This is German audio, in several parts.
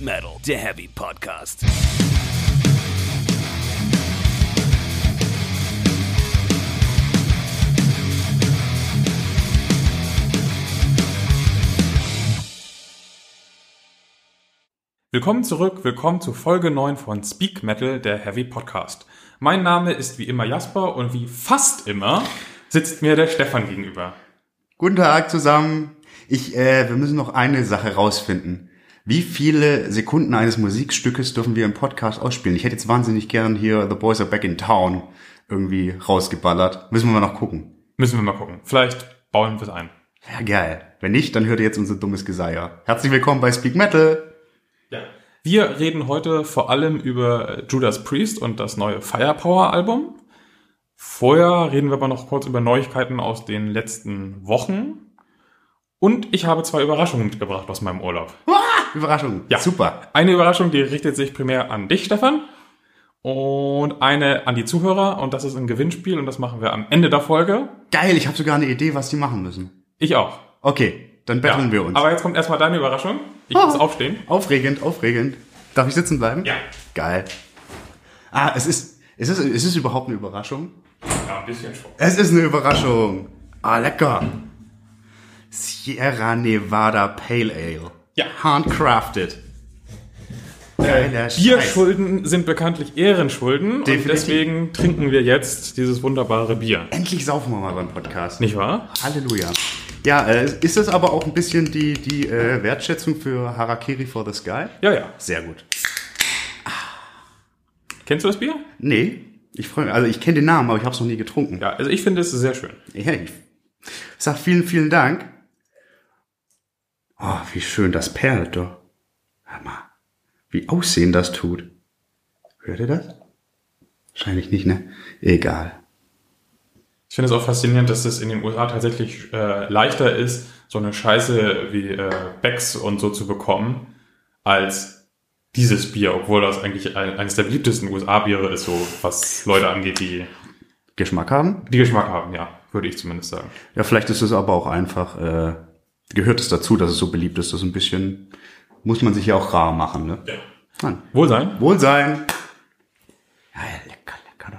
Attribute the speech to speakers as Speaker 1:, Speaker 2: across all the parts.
Speaker 1: Metal, der Heavy Podcast.
Speaker 2: Willkommen zurück, willkommen zu Folge 9 von Speak Metal, der Heavy Podcast. Mein Name ist wie immer Jasper und wie fast immer sitzt mir der Stefan gegenüber.
Speaker 3: Guten Tag zusammen. Ich, äh, wir müssen noch eine Sache rausfinden. Wie viele Sekunden eines Musikstückes dürfen wir im Podcast ausspielen? Ich hätte jetzt wahnsinnig gern hier The Boys Are Back in Town irgendwie rausgeballert. Müssen wir mal noch gucken.
Speaker 2: Müssen wir mal gucken. Vielleicht bauen wir es ein.
Speaker 3: Ja, geil. Wenn nicht, dann hört ihr jetzt unser dummes Geseier. Herzlich willkommen bei Speak Metal.
Speaker 2: Wir reden heute vor allem über Judas Priest und das neue Firepower-Album. Vorher reden wir aber noch kurz über Neuigkeiten aus den letzten Wochen. Und ich habe zwei Überraschungen mitgebracht aus meinem Urlaub.
Speaker 3: Überraschung.
Speaker 2: Ja.
Speaker 3: Super.
Speaker 2: Eine Überraschung, die richtet sich primär an dich, Stefan. Und eine an die Zuhörer. Und das ist ein Gewinnspiel und das machen wir am Ende der Folge.
Speaker 3: Geil, ich habe sogar eine Idee, was die machen müssen.
Speaker 2: Ich auch.
Speaker 3: Okay, dann betteln wir uns.
Speaker 2: Aber jetzt kommt erstmal deine Überraschung. Ich muss aufstehen.
Speaker 3: Aufregend, aufregend. Darf ich sitzen bleiben?
Speaker 2: Ja.
Speaker 3: Geil. Ah, es ist, es ist, es ist überhaupt eine Überraschung.
Speaker 2: Ja, ein bisschen schon.
Speaker 3: Es ist eine Überraschung. Ah, lecker. Sierra Nevada Pale Ale.
Speaker 2: Ja.
Speaker 3: Handcrafted. Geiler Scheiß.
Speaker 2: Bierschulden sind bekanntlich Ehrenschulden und
Speaker 3: Definitiv.
Speaker 2: deswegen trinken wir jetzt dieses wunderbare Bier.
Speaker 3: Endlich saufen wir mal beim Podcast.
Speaker 2: Nicht wahr?
Speaker 3: Halleluja. Ja, äh, ist es aber auch ein bisschen die, die äh, Wertschätzung für Harakiri for the Sky?
Speaker 2: Ja, ja.
Speaker 3: Sehr gut.
Speaker 2: Kennst du das Bier?
Speaker 3: Nee, ich freue mich. Also ich kenne den Namen, aber ich habe es noch nie getrunken.
Speaker 2: Ja, also ich finde es sehr schön.
Speaker 3: Ja, ich sag vielen, vielen Dank. Oh, wie schön das perlt doch. Hör mal, wie aussehen das tut. Hört ihr das? Wahrscheinlich nicht, ne? Egal.
Speaker 2: Ich finde es auch faszinierend, dass es in den USA tatsächlich äh, leichter ist, so eine Scheiße wie äh, Becks und so zu bekommen, als dieses Bier, obwohl das eigentlich ein, eines der beliebtesten USA-Biere ist, so was Leute angeht, die,
Speaker 3: Geschmack haben?
Speaker 2: die Geschmack haben, ja, würde ich zumindest sagen.
Speaker 3: Ja, vielleicht ist es aber auch einfach, äh, gehört es dazu, dass es so beliebt ist, dass ein bisschen, muss man sich ja auch rar machen, ne? Ja. Mann.
Speaker 2: Wohlsein.
Speaker 3: Wohlsein. Ja, ja, lecker, lecker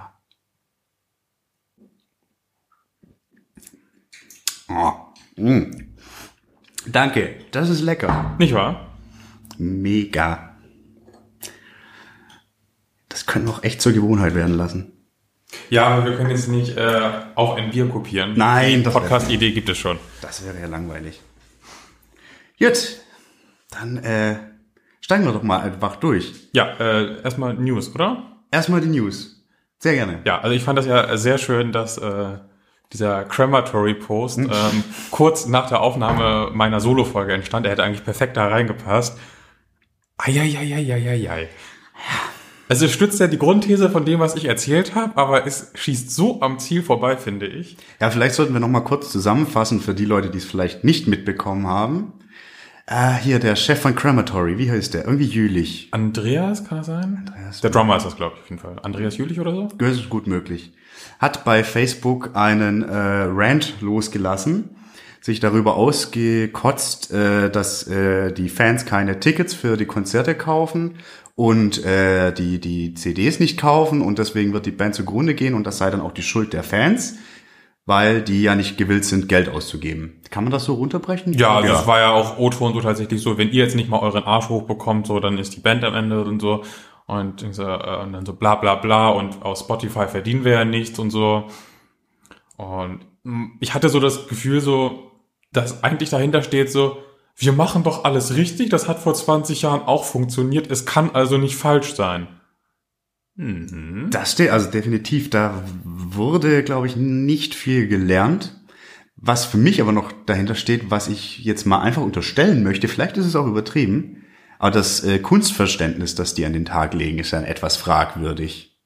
Speaker 3: da. Oh, mm. Danke, das ist lecker.
Speaker 2: Nicht wahr?
Speaker 3: Mega. Das können wir auch echt zur Gewohnheit werden lassen.
Speaker 2: Ja, aber wir können jetzt nicht äh, auch ein Bier kopieren.
Speaker 3: Nein,
Speaker 2: Die
Speaker 3: das wär-
Speaker 2: Podcast-Idee gibt es schon.
Speaker 3: Das wäre ja langweilig. Gut, dann äh, steigen wir doch mal einfach durch.
Speaker 2: Ja, äh, erstmal News, oder?
Speaker 3: Erstmal die News. Sehr gerne.
Speaker 2: Ja, also ich fand das ja sehr schön, dass äh, dieser Crematory-Post ähm, kurz nach der Aufnahme meiner Solo-Folge entstand. Er hätte eigentlich perfekt da reingepasst. Eieieiei. Also es stützt ja die Grundthese von dem, was ich erzählt habe, aber es schießt so am Ziel vorbei, finde ich.
Speaker 3: Ja, vielleicht sollten wir noch mal kurz zusammenfassen für die Leute, die es vielleicht nicht mitbekommen haben. Äh, hier der Chef von Crematory, wie heißt der? Irgendwie Jülich.
Speaker 2: Andreas, kann das sein?
Speaker 3: Andreas.
Speaker 2: Der Drummer ist das, glaube ich, auf jeden Fall. Andreas Jülich oder so?
Speaker 3: Das ist gut möglich. Hat bei Facebook einen äh, Rant losgelassen, sich darüber ausgekotzt, äh, dass äh, die Fans keine Tickets für die Konzerte kaufen und äh, die, die CDs nicht kaufen und deswegen wird die Band zugrunde gehen und das sei dann auch die Schuld der Fans, weil die ja nicht gewillt sind, Geld auszugeben. Kann man das so runterbrechen?
Speaker 2: Ja, also das war ja auch O-Ton so tatsächlich so, wenn ihr jetzt nicht mal euren Arsch hochbekommt, so, dann ist die Band am Ende und so. Und, so, äh, und dann so bla bla bla und aus Spotify verdienen wir ja nichts und so. Und mm, ich hatte so das Gefühl so, dass eigentlich dahinter steht so, wir machen doch alles richtig, das hat vor 20 Jahren auch funktioniert, es kann also nicht falsch sein. Mhm.
Speaker 3: Das steht also definitiv, da wurde, glaube ich, nicht viel gelernt. Was für mich aber noch dahinter steht, was ich jetzt mal einfach unterstellen möchte, vielleicht ist es auch übertrieben, aber das äh, Kunstverständnis, das die an den Tag legen, ist dann etwas fragwürdig,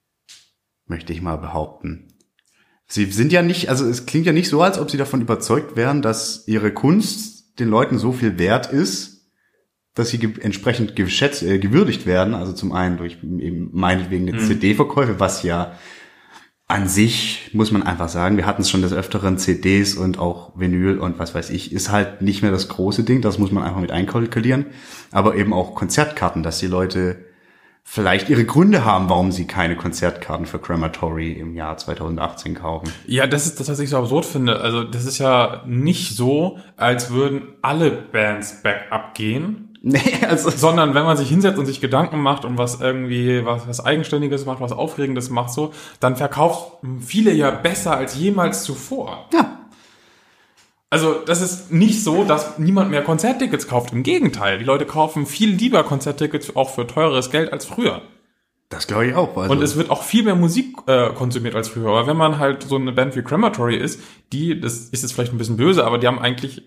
Speaker 3: möchte ich mal behaupten. Sie sind ja nicht, also es klingt ja nicht so, als ob sie davon überzeugt wären, dass ihre Kunst den Leuten so viel wert ist, dass sie ge entsprechend geschätzt, äh,
Speaker 2: Mhm.
Speaker 3: gewürdigt werden. Also zum einen durch eben meinetwegen eine CD-Verkäufe, was ja an sich muss man einfach sagen, wir hatten es schon des Öfteren, CDs und auch Vinyl und was weiß ich, ist halt nicht mehr das große Ding, das muss man einfach mit einkalkulieren. Aber eben auch Konzertkarten, dass die Leute vielleicht ihre Gründe haben, warum sie keine Konzertkarten für Crematory im Jahr 2018 kaufen.
Speaker 2: Ja, das ist das, was ich so absurd finde. Also, das ist ja nicht so, als würden alle Bands back up gehen,
Speaker 3: Nee, also,
Speaker 2: sondern wenn man sich hinsetzt und sich Gedanken macht und was irgendwie, was, was Eigenständiges macht, was Aufregendes macht, so, dann verkauft viele ja besser als jemals zuvor.
Speaker 3: ja,
Speaker 2: Also, das ist nicht so, dass niemand mehr Konzerttickets kauft. Im Gegenteil, die Leute kaufen viel lieber Konzerttickets auch für teureres Geld als früher.
Speaker 3: das glaube ich auch. Also,
Speaker 2: Und es wird auch viel mehr Musik äh, konsumiert als früher. Aber wenn man halt so eine Band wie Crematory ist, die, das ist jetzt vielleicht ein bisschen böse, aber die haben eigentlich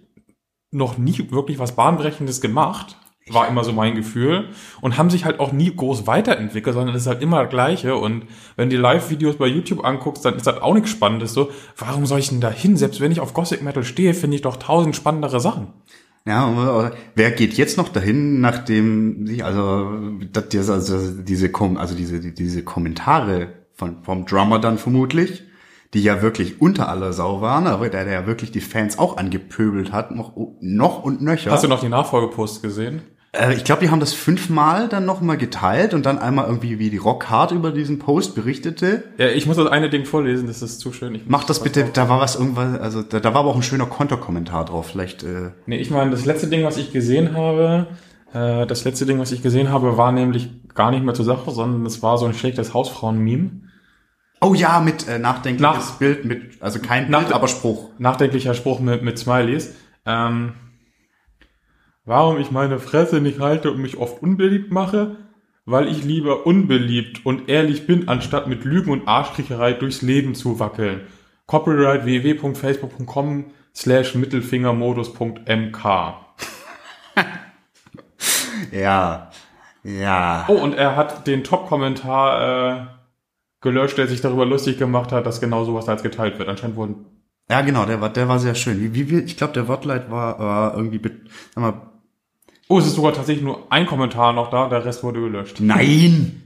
Speaker 2: noch nie wirklich was Bahnbrechendes gemacht. War immer so mein Gefühl. Und haben sich halt auch nie groß weiterentwickelt, sondern es ist halt immer das Gleiche. Und wenn du die Live-Videos bei YouTube anguckst, dann ist das auch nichts Spannendes. So, warum soll ich denn da hin? Selbst wenn ich auf Gothic Metal stehe, finde ich doch tausend spannendere Sachen.
Speaker 3: Ja, aber wer geht jetzt noch dahin, nachdem sich also, das, das, also diese Kom also diese die- diese Kommentare von vom Drummer dann vermutlich, die ja wirklich unter aller Sau waren, aber der der ja wirklich die Fans auch angepöbelt hat, noch noch und nöcher.
Speaker 2: Hast du noch die Nachfolgeposts gesehen?
Speaker 3: Äh, ich glaube, die haben das fünfmal dann nochmal geteilt und dann einmal irgendwie wie die Rockhard über diesen Post berichtete.
Speaker 2: Ja, ich muss das eine Ding vorlesen, das ist zu schön. Ich
Speaker 3: Mach das bitte, da war was irgendwas, also da, da war aber auch ein schöner Konterkommentar drauf, vielleicht äh,
Speaker 2: Nee, ich meine, das letzte Ding, was ich gesehen habe, äh, das letzte Ding, was ich gesehen habe, war nämlich gar nicht mehr zur Sache, sondern es war so ein schlechtes Hausfrauen-Meme.
Speaker 3: Oh ja, mit äh, nachdenkliches
Speaker 2: Nach-
Speaker 3: Bild, mit also kein
Speaker 2: Nach-
Speaker 3: Bild, aber Spruch.
Speaker 2: Nachdenklicher Spruch mit, mit Smileys. Ähm, warum ich meine Fresse nicht halte und mich oft unbeliebt mache? Weil ich lieber unbeliebt und ehrlich bin, anstatt mit Lügen und Arschkriecherei durchs Leben zu wackeln. Copyright www.facebook.com slash mittelfingermodus.mk
Speaker 3: Ja. Ja.
Speaker 2: Oh, und er hat den Top-Kommentar äh, gelöscht, der sich darüber lustig gemacht hat, dass genau sowas da jetzt geteilt wird. Anscheinend wurden.
Speaker 3: Ja, genau, der war der war sehr schön. Wie, wie, wir- ich glaube, der Wortleit war, war irgendwie be- sag mal,
Speaker 2: Oh, es ist sogar tatsächlich nur ein Kommentar noch da, der Rest wurde gelöscht.
Speaker 3: nein.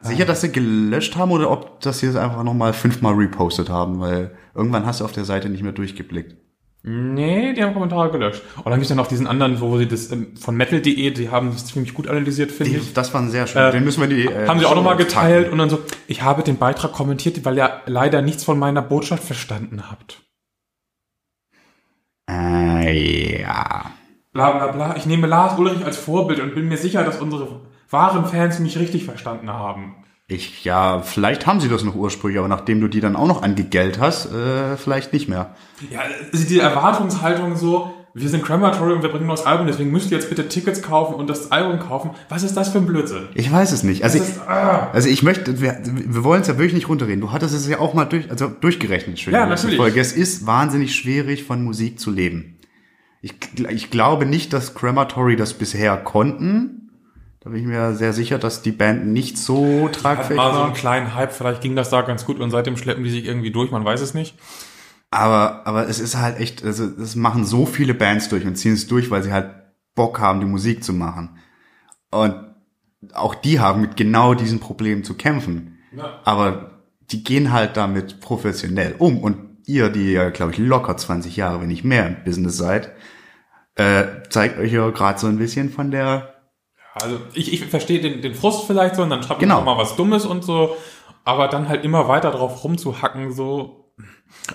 Speaker 3: Sicher, dass sie gelöscht haben oder ob dass sie es einfach nochmal fünfmal repostet haben, weil irgendwann hast du auf der Seite nicht mehr durchgeblickt.
Speaker 2: Nee, die haben Kommentare gelöscht. Und dann gibt's ja noch diesen anderen, wo sie das ähm, von metal.de, die haben das ziemlich gut analysiert, finde ich.
Speaker 3: Das war ein sehr schön. Den müssen wir die äh,
Speaker 2: haben sie auch nochmal
Speaker 3: Shownotes
Speaker 2: geteilt
Speaker 3: packen.
Speaker 2: und dann so, ich habe den Beitrag kommentiert, weil ihr leider nichts von meiner Botschaft verstanden habt.
Speaker 3: Äh, ja.
Speaker 2: Bla bla bla. Ich nehme Lars Ulrich als Vorbild und bin mir sicher, dass unsere wahren Fans mich richtig verstanden haben.
Speaker 3: Ich, ja, vielleicht haben sie das noch ursprünglich, aber nachdem du die dann auch noch angegellt hast, äh, vielleicht nicht mehr.
Speaker 2: Ja, also die Erwartungshaltung so, wir sind Crematory und wir bringen ein neues Album, deswegen müsst ihr jetzt bitte Tickets kaufen und das Album kaufen. Was ist das für ein Blödsinn?
Speaker 3: Ich weiß es nicht. Also,
Speaker 2: Das
Speaker 3: ich,
Speaker 2: ist, ah.
Speaker 3: also ich möchte, wir, wir wollen es ja wirklich nicht runterreden. Du hattest es ja auch mal durch, also durchgerechnet. Schön,
Speaker 2: Ja,
Speaker 3: in der letzten
Speaker 2: natürlich.
Speaker 3: Folge. Es ist wahnsinnig schwierig, von Musik zu leben. Ich, gl- ich glaube nicht, dass Crematory das bisher konnten. Da bin ich mir sehr sicher, dass die Band nicht so
Speaker 2: Hat
Speaker 3: tragfähig
Speaker 2: mal so
Speaker 3: war.
Speaker 2: einen kleinen Hype, vielleicht ging das da ganz gut und seitdem schleppen die sich irgendwie durch, man weiß es nicht.
Speaker 3: Aber, aber es ist halt echt, also es machen so viele Bands durch und ziehen es durch, weil sie halt Bock haben, die Musik zu machen. Und auch die haben mit genau diesen Problemen zu kämpfen.
Speaker 2: Ja.
Speaker 3: Aber die gehen halt damit professionell um. Und ihr, die ja, glaube ich, locker 20 Jahre, wenn nicht mehr im Business seid, äh, zeigt euch ja gerade so ein bisschen von der
Speaker 2: Also ich, ich verstehe den, den Frust vielleicht so und dann schreibt
Speaker 3: Genau.
Speaker 2: man auch mal was Dummes und so, aber dann halt immer weiter drauf rumzuhacken, so.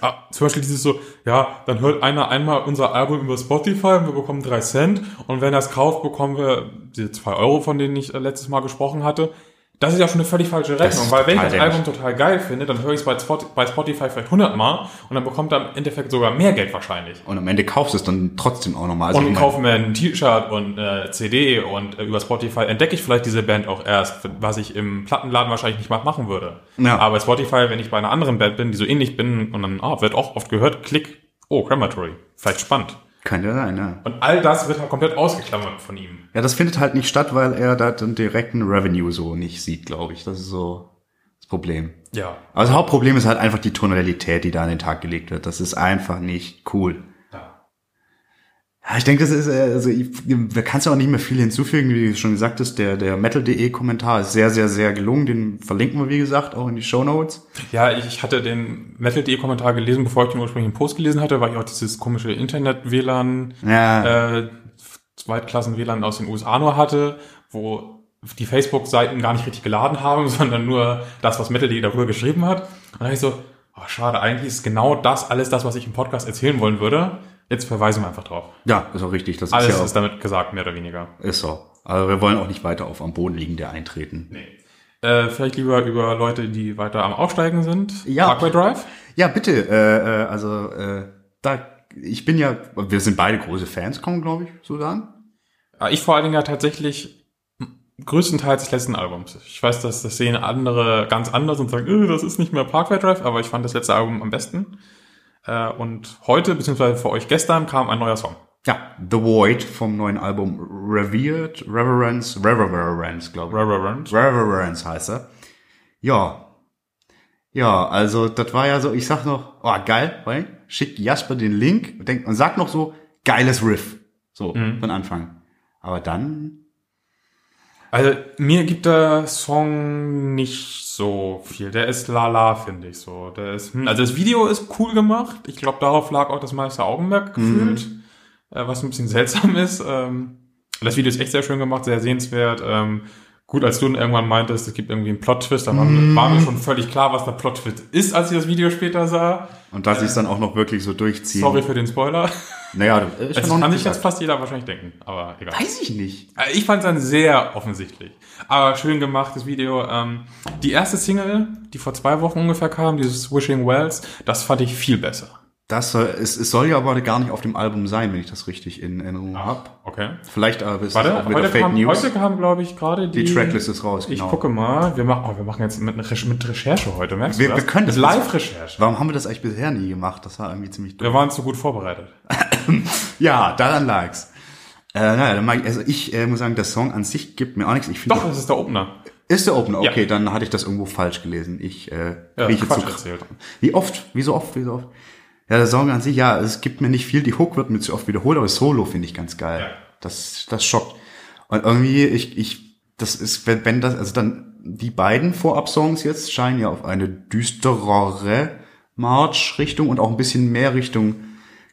Speaker 2: Ah, zum Beispiel dieses so, ja, dann hört einer einmal unser Album über Spotify und wir bekommen drei Cent und wenn er es kauft, bekommen wir diese zwei Euro, von denen ich äh, letztes Mal gesprochen hatte. Das ist ja schon eine völlig falsche Rechnung,
Speaker 3: ist
Speaker 2: weil wenn ich
Speaker 3: total
Speaker 2: das Album total geil finde, dann höre ich es bei, Spot- bei Spotify vielleicht 100 Mal und dann bekommt er im Endeffekt sogar mehr Geld wahrscheinlich.
Speaker 3: und am Ende kaufst du es dann trotzdem auch nochmal. Also ich
Speaker 2: und
Speaker 3: mein-
Speaker 2: kaufen mir ein T-Shirt und äh, CD und äh, über Spotify entdecke ich vielleicht diese Band auch erst, was ich im Plattenladen wahrscheinlich nicht mal machen würde.
Speaker 3: Ja.
Speaker 2: Aber Spotify, wenn ich bei einer anderen Band bin, die so ähnlich bin und dann, ah, wird auch oft gehört, klick, oh, Crematory, vielleicht spannend.
Speaker 3: Könnte sein, ja.
Speaker 2: Und all das wird halt komplett ausgeklammert von ihm.
Speaker 3: Ja, das findet halt nicht statt, weil er da den direkten Revenue so nicht sieht, glaube ich. Das ist so das Problem.
Speaker 2: Ja.
Speaker 3: Aber das Hauptproblem ist halt einfach die Tonalität, die da an den Tag gelegt wird. Das ist einfach nicht cool.
Speaker 2: ja.
Speaker 3: Ja, ich denke, das ist, äh, also ich, da kannst du auch nicht mehr viel hinzufügen, wie du schon gesagt hast. Der, der Metal.de-Kommentar ist sehr, sehr, sehr gelungen. Den verlinken wir, wie gesagt, auch in die Show Notes.
Speaker 2: Ja, ich, ich hatte den Metal.de-Kommentar gelesen, bevor ich den ursprünglichen Post gelesen hatte, weil ich auch dieses komische Internet-WLAN,
Speaker 3: Ja.
Speaker 2: äh, Zweitklassen-WLAN aus den USA nur hatte, wo die Facebook-Seiten gar nicht richtig geladen haben, sondern nur das, was Metal.de darüber geschrieben hat. Und dann hab ich so, oh, schade, eigentlich ist genau das alles das, was ich im Podcast erzählen wollen würde. Jetzt verweisen wir einfach drauf.
Speaker 3: Ja, ist auch richtig. Das
Speaker 2: Alles
Speaker 3: ist ja
Speaker 2: ist damit gesagt, mehr oder weniger.
Speaker 3: auch, ist so. Also wir wollen auch nicht weiter auf am Boden liegen, der eintreten.
Speaker 2: Äh, vielleicht lieber über Leute, die weiter am Aufsteigen sind.
Speaker 3: Ja.
Speaker 2: Parkway Drive.
Speaker 3: Ja, bitte. Äh, äh, also äh, da, ich bin ja, wir sind beide große Fans, kann man glaube ich so sagen.
Speaker 2: Äh, Ich vor allen Dingen ja tatsächlich größtenteils des letzten Albums. Ich weiß, dass das sehen andere ganz anders und sagen, äh, das ist nicht mehr Parkway Drive, aber ich fand das letzte Album am besten. Äh, und heute, beziehungsweise für euch gestern, kam ein neuer Song.
Speaker 3: Ja, The Void vom neuen Album Revered, Reverence, Reverence, glaube ich.
Speaker 2: Reverend.
Speaker 3: Reverence heißt er. Ja. Ja, also das war ja so, ich sag noch, oh geil, weil schickt Jasper den Link und, denkt, und sagt noch so, geiles Riff. So,
Speaker 2: Mhm.
Speaker 3: von Anfang. Aber dann,
Speaker 2: Also mir gibt der Song nicht so viel. Der ist lala, finde ich so. Der ist, hm, also das Video ist cool gemacht. Ich glaube, darauf lag auch das meiste Augenmerk gefühlt. Äh, was ein bisschen seltsam ist. Ähm, das Video ist echt sehr schön gemacht, sehr sehenswert. Ähm, gut, als du dann irgendwann meintest, es gibt irgendwie einen Plot-Twist, dann war- war mir schon völlig klar, was der Plot-Twist ist, als ich das Video später sah.
Speaker 3: und dass sie es dann auch noch wirklich so durchziehen.
Speaker 2: Sorry für den Spoiler.
Speaker 3: Naja, das Mhm. ist
Speaker 2: Das
Speaker 3: schon noch
Speaker 2: kann
Speaker 3: nicht
Speaker 2: sich jetzt
Speaker 3: gesagt.
Speaker 2: fast jeder wahrscheinlich denken, aber egal.
Speaker 3: Weiß ich nicht.
Speaker 2: Äh, Ich fand es dann sehr offensichtlich. Aber schön gemachtes Video. Ähm, die erste Single, die vor zwei Wochen ungefähr kam, dieses Wishing Wells, das fand ich viel besser.
Speaker 3: Das soll, es, es soll ja aber gar nicht auf dem Album sein, wenn ich das richtig in Erinnerung habe.
Speaker 2: Okay.
Speaker 3: Vielleicht aber ist es
Speaker 2: Warte,
Speaker 3: auch wieder
Speaker 2: heute
Speaker 3: Fake
Speaker 2: kam,
Speaker 3: News.
Speaker 2: heute kam, glaube ich, gerade die...
Speaker 3: Die Tracklist ist raus,
Speaker 2: Ich
Speaker 3: genau.
Speaker 2: gucke mal. Wir machen, oh, wir machen jetzt mit, Re- mit Recherche heute, merkst
Speaker 3: Wir-
Speaker 2: du
Speaker 3: wir können das jetzt-
Speaker 2: Live-Recherche.
Speaker 3: Warum haben wir das eigentlich bisher nie gemacht? Das war irgendwie ziemlich
Speaker 2: Wir
Speaker 3: dumm.
Speaker 2: waren zu gut vorbereitet.
Speaker 3: Also Ja, daran lag's. Äh, naja, dann mag ich, also ich äh, muss sagen, der Song an sich gibt mir auch nichts. Ich finde,
Speaker 2: Doch, das ist der Opener.
Speaker 3: ist der Opener.
Speaker 2: Ja.
Speaker 3: Okay, dann hatte ich das irgendwo falsch gelesen. Ich äh,
Speaker 2: Ja,
Speaker 3: rieche
Speaker 2: Quatsch
Speaker 3: zu.
Speaker 2: erzählt.
Speaker 3: Wie oft? Wie so oft? Wie so oft? Ja, der Song an sich, ja, es gibt mir nicht viel. Die Hook wird mir zu oft wiederholt, aber Solo finde ich ganz geil.
Speaker 2: Ja.
Speaker 3: Das, das schockt. Und irgendwie, ich, ich, das ist, wenn, wenn das, also dann, die beiden Vorab-Songs jetzt scheinen ja auf eine düsterere March-Richtung und auch ein bisschen mehr Richtung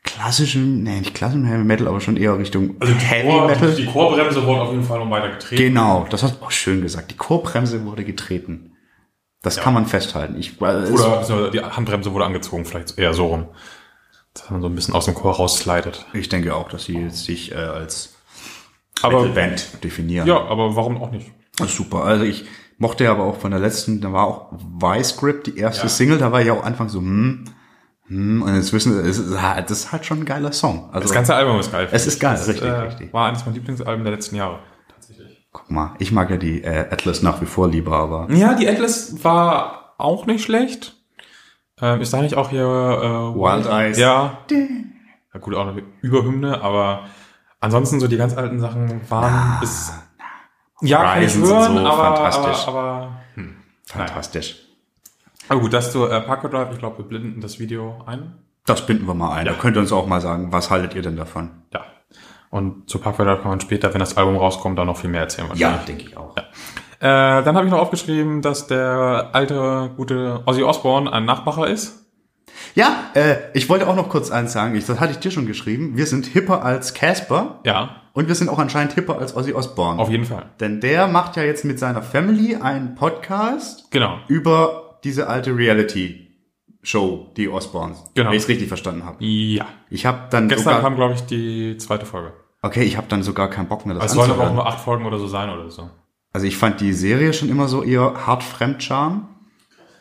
Speaker 3: klassischen, nee, nicht klassischen Heavy Metal, aber schon eher Richtung Also
Speaker 2: Also
Speaker 3: Heavy Metal.
Speaker 2: die Chorbremse wurde auf jeden Fall noch weiter getreten.
Speaker 3: Genau, das hast du auch schön gesagt. Die Chorbremse wurde getreten. Das kann man festhalten. Ich, äh,
Speaker 2: Oder beziehungsweise die Handbremse wurde angezogen, vielleicht eher so rum. Dass man so ein bisschen aus dem Chor rausslidet.
Speaker 3: ich denke auch, dass sie jetzt sich äh, als
Speaker 2: Aber
Speaker 3: Metal-Band definieren.
Speaker 2: Ja, aber warum auch nicht?
Speaker 3: Das ist super. Also ich mochte ja aber auch von der letzten, da war auch Vice Grip, die erste
Speaker 2: Ja.
Speaker 3: Single, da war ich auch Anfang so, hm, hm, und jetzt wissen wir, es ist, halt- das ist halt schon ein geiler Song. Also,
Speaker 2: Das ganze Album ist geil.
Speaker 3: es ist geil, richtig,
Speaker 2: äh,
Speaker 3: richtig.
Speaker 2: War eines meiner Lieblingsalben der letzten Jahre. Tatsächlich.
Speaker 3: Guck mal, ich mag ja die äh, Atlas nach wie vor lieber, aber
Speaker 2: Ja, die Atlas war auch nicht schlecht. Ähm, ist da nicht auch hier äh,
Speaker 3: Wild Eyes.
Speaker 2: Ja. ja. Gut, auch eine Überhymne, aber ansonsten so die ganz alten Sachen waren bis. Ja, kann ich
Speaker 3: Horizon sind
Speaker 2: hören,
Speaker 3: Ah. so
Speaker 2: aber,
Speaker 3: fantastisch.
Speaker 2: aber, aber, hm.
Speaker 3: fantastisch.
Speaker 2: aber gut, dass du äh, Parker Drive, ich glaube, wir blenden das Video ein.
Speaker 3: Das binden wir mal ein. Da könnt ihr uns auch mal sagen, was haltet ihr denn davon?
Speaker 2: Ja. Und zu Parker Drive kann man später, wenn das Album rauskommt, dann noch viel mehr erzählen. wahrscheinlich.
Speaker 3: denke ich auch.
Speaker 2: Äh, dann habe ich noch aufgeschrieben, dass der alte, gute Ozzy Osbourne ein Nachmacher ist.
Speaker 3: Ja, äh, ich wollte auch noch kurz eins sagen. Ich, das hatte ich dir schon geschrieben. Wir sind hipper als Casper
Speaker 2: Ja,
Speaker 3: und wir sind auch anscheinend hipper als Ozzy Osbourne.
Speaker 2: auf jeden Fall.
Speaker 3: Denn der macht ja jetzt mit seiner Family einen Podcast
Speaker 2: Genau.
Speaker 3: über diese alte Reality-Show, die Osborns.
Speaker 2: Genau.
Speaker 3: Wenn ich es richtig verstanden habe.
Speaker 2: Ja.
Speaker 3: Ich habe dann
Speaker 2: Gestern
Speaker 3: sogar,
Speaker 2: kam, glaube ich, die zweite Folge.
Speaker 3: okay, ich habe dann sogar keinen Bock mehr, das
Speaker 2: Es sollen aber auch
Speaker 3: anzuhören.
Speaker 2: nur acht Folgen oder so sein oder so.
Speaker 3: Also ich fand die Serie schon immer so eher hart Fremdscham.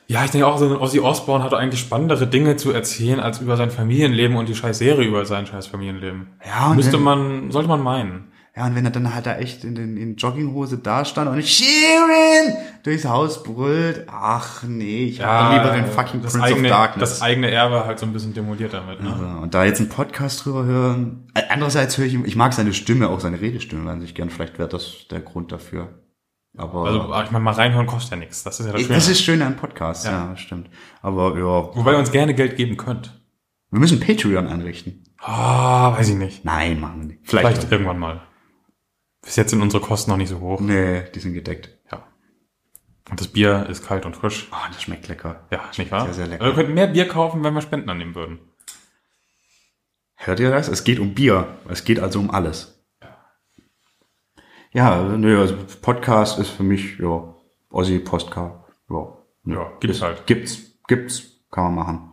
Speaker 2: Ja, ich denke auch, so ein Ozzy Osbourne hatte eigentlich spannendere Dinge zu erzählen als über sein Familienleben und die scheiß Serie über sein scheiß Familienleben.
Speaker 3: Ja, und
Speaker 2: Müsste
Speaker 3: wenn-
Speaker 2: man, sollte man meinen.
Speaker 3: Ja, und wenn er dann halt da echt in, den, in Jogginghose da stand und Sheeran durchs Haus brüllt, ach nee, ich hab dann lieber den fucking
Speaker 2: das
Speaker 3: Prince
Speaker 2: eigene,
Speaker 3: of Darkness.
Speaker 2: Das eigene Erbe halt so ein bisschen demoliert damit. Ne?
Speaker 3: Also, Und da jetzt einen Podcast drüber hören. Äh, Andererseits höre ich, ihm- ich mag seine Stimme, auch seine Redestimme an sich gern. Vielleicht wäre das der Grund dafür. Aber
Speaker 2: Also, ich meine, mal reinhören kostet ja nichts. Das ist ja das
Speaker 3: Äh,
Speaker 2: Schöne.
Speaker 3: das ist schön an Podcasts, ja. stimmt. Aber ja,
Speaker 2: Wobei ihr uns gerne Geld geben könnt.
Speaker 3: Wir müssen Patreon einrichten.
Speaker 2: Ah, weiß ich nicht.
Speaker 3: Nein, machen wir nicht. Mhm.
Speaker 2: Vielleicht
Speaker 3: doch.
Speaker 2: irgendwann mal. Bis jetzt sind unsere Kosten noch nicht so hoch.
Speaker 3: Nee, die sind gedeckt.
Speaker 2: Ja. Und das Bier ist kalt und frisch.
Speaker 3: Oh, das schmeckt lecker.
Speaker 2: Ja, nicht wahr? Also,
Speaker 3: sehr, sehr lecker.
Speaker 2: Wir könnten mehr Bier kaufen, wenn wir Spenden annehmen würden.
Speaker 3: Hört ihr das? Es geht um Bier. Es geht also um alles. Ja, nö, also Podcast ist für mich, ja, Ossi Postka. Ja, nö.
Speaker 2: Ja, gibt's
Speaker 3: Ist-
Speaker 2: halt.
Speaker 3: Gibt's, gibt's, kann man machen.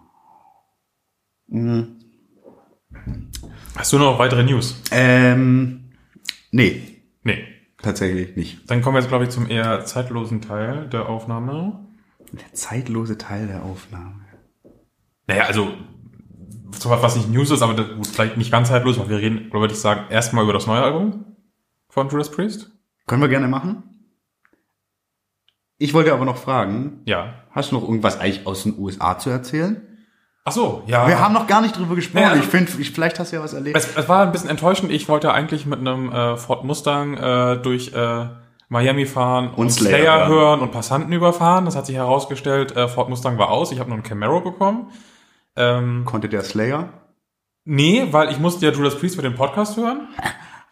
Speaker 2: Hast du noch weitere News?
Speaker 3: Ähm, nee,
Speaker 2: Nee.
Speaker 3: tatsächlich nicht.
Speaker 2: Dann kommen wir jetzt, glaube ich, zum eher zeitlosen Teil der Aufnahme.
Speaker 3: Der zeitlose Teil der Aufnahme.
Speaker 2: Naja, also so was, was nicht News ist, aber das, gut, vielleicht nicht ganz zeitlos, weil wir reden, oder würde ich sagen, erstmal über das neue Album von Judas Priest.
Speaker 3: Können wir gerne machen. Ich wollte aber noch fragen,
Speaker 2: Ja.
Speaker 3: hast du noch irgendwas eigentlich aus den USA zu erzählen?
Speaker 2: Ach so, ja. also
Speaker 3: Wir haben noch gar nicht drüber gesprochen.
Speaker 2: Nee,
Speaker 3: ich finde, ich, vielleicht hast du ja was erlebt.
Speaker 2: Es, es war ein bisschen enttäuschend. Ich wollte eigentlich mit einem äh, Ford Mustang äh, durch äh, Miami fahren und,
Speaker 3: Slayer
Speaker 2: Slayer,
Speaker 3: hören.
Speaker 2: hören und Passanten überfahren. Das hat sich herausgestellt, äh, Ford Mustang war aus. Ich habe nur einen Camaro bekommen. Ähm,
Speaker 3: Konnte der Slayer?
Speaker 2: nee, weil ich musste ja Judas Priest für den Podcast hören.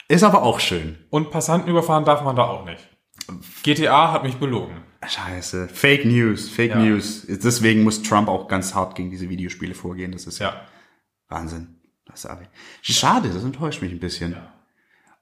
Speaker 3: Ist aber auch schön.
Speaker 2: Und Passanten überfahren darf man da auch nicht. GTA hat mich belogen.
Speaker 3: Scheiße. Fake News, Fake
Speaker 2: Ja.
Speaker 3: News. Deswegen muss Trump auch ganz hart gegen diese Videospiele vorgehen. Das ist ja
Speaker 2: Ja.
Speaker 3: Wahnsinn. Das ist aber- Schade, das enttäuscht mich ein bisschen.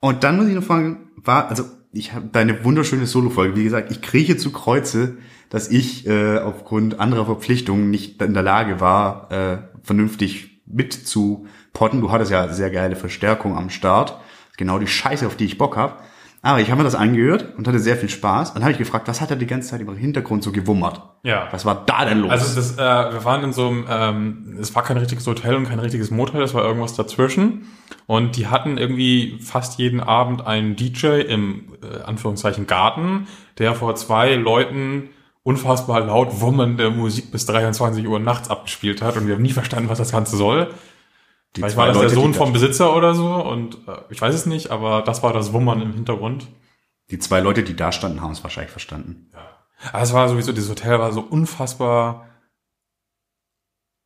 Speaker 3: Und dann muss ich noch fragen, war, also ich habe deine wunderschöne Solo-Folge. Wie gesagt, ich krieche zu Kreuze, dass ich äh, aufgrund anderer Verpflichtungen nicht in der Lage war, äh, vernünftig mitzupotten. Du hattest ja sehr geile Verstärkung am Start. Genau die Scheiße, auf die ich Bock habe. Aber ich habe mir das angehört und hatte sehr viel Spaß. Und dann habe ich gefragt, was hat er die ganze Zeit im Hintergrund so gewummert?
Speaker 2: Ja.
Speaker 3: Was war da denn los?
Speaker 2: Also das, äh, wir waren in so einem, ähm, es war kein richtiges Hotel und kein richtiges Motel, es war irgendwas dazwischen. Und die hatten irgendwie fast jeden Abend einen DJ im äh, Anführungszeichen Garten, der vor zwei Leuten unfassbar laut wummernde Musik bis 23 Uhr nachts abgespielt hat und wir haben nie verstanden, was das Ganze soll.
Speaker 3: die
Speaker 2: Vielleicht
Speaker 3: zwei
Speaker 2: war das
Speaker 3: Leute,
Speaker 2: der Sohn
Speaker 3: die
Speaker 2: vom Besitzer oder so und äh, ich weiß es nicht, aber das war das Wummern im Hintergrund.
Speaker 3: Die zwei Leute, die da standen, haben es wahrscheinlich verstanden.
Speaker 2: Aber es war sowieso, dieses Hotel war so unfassbar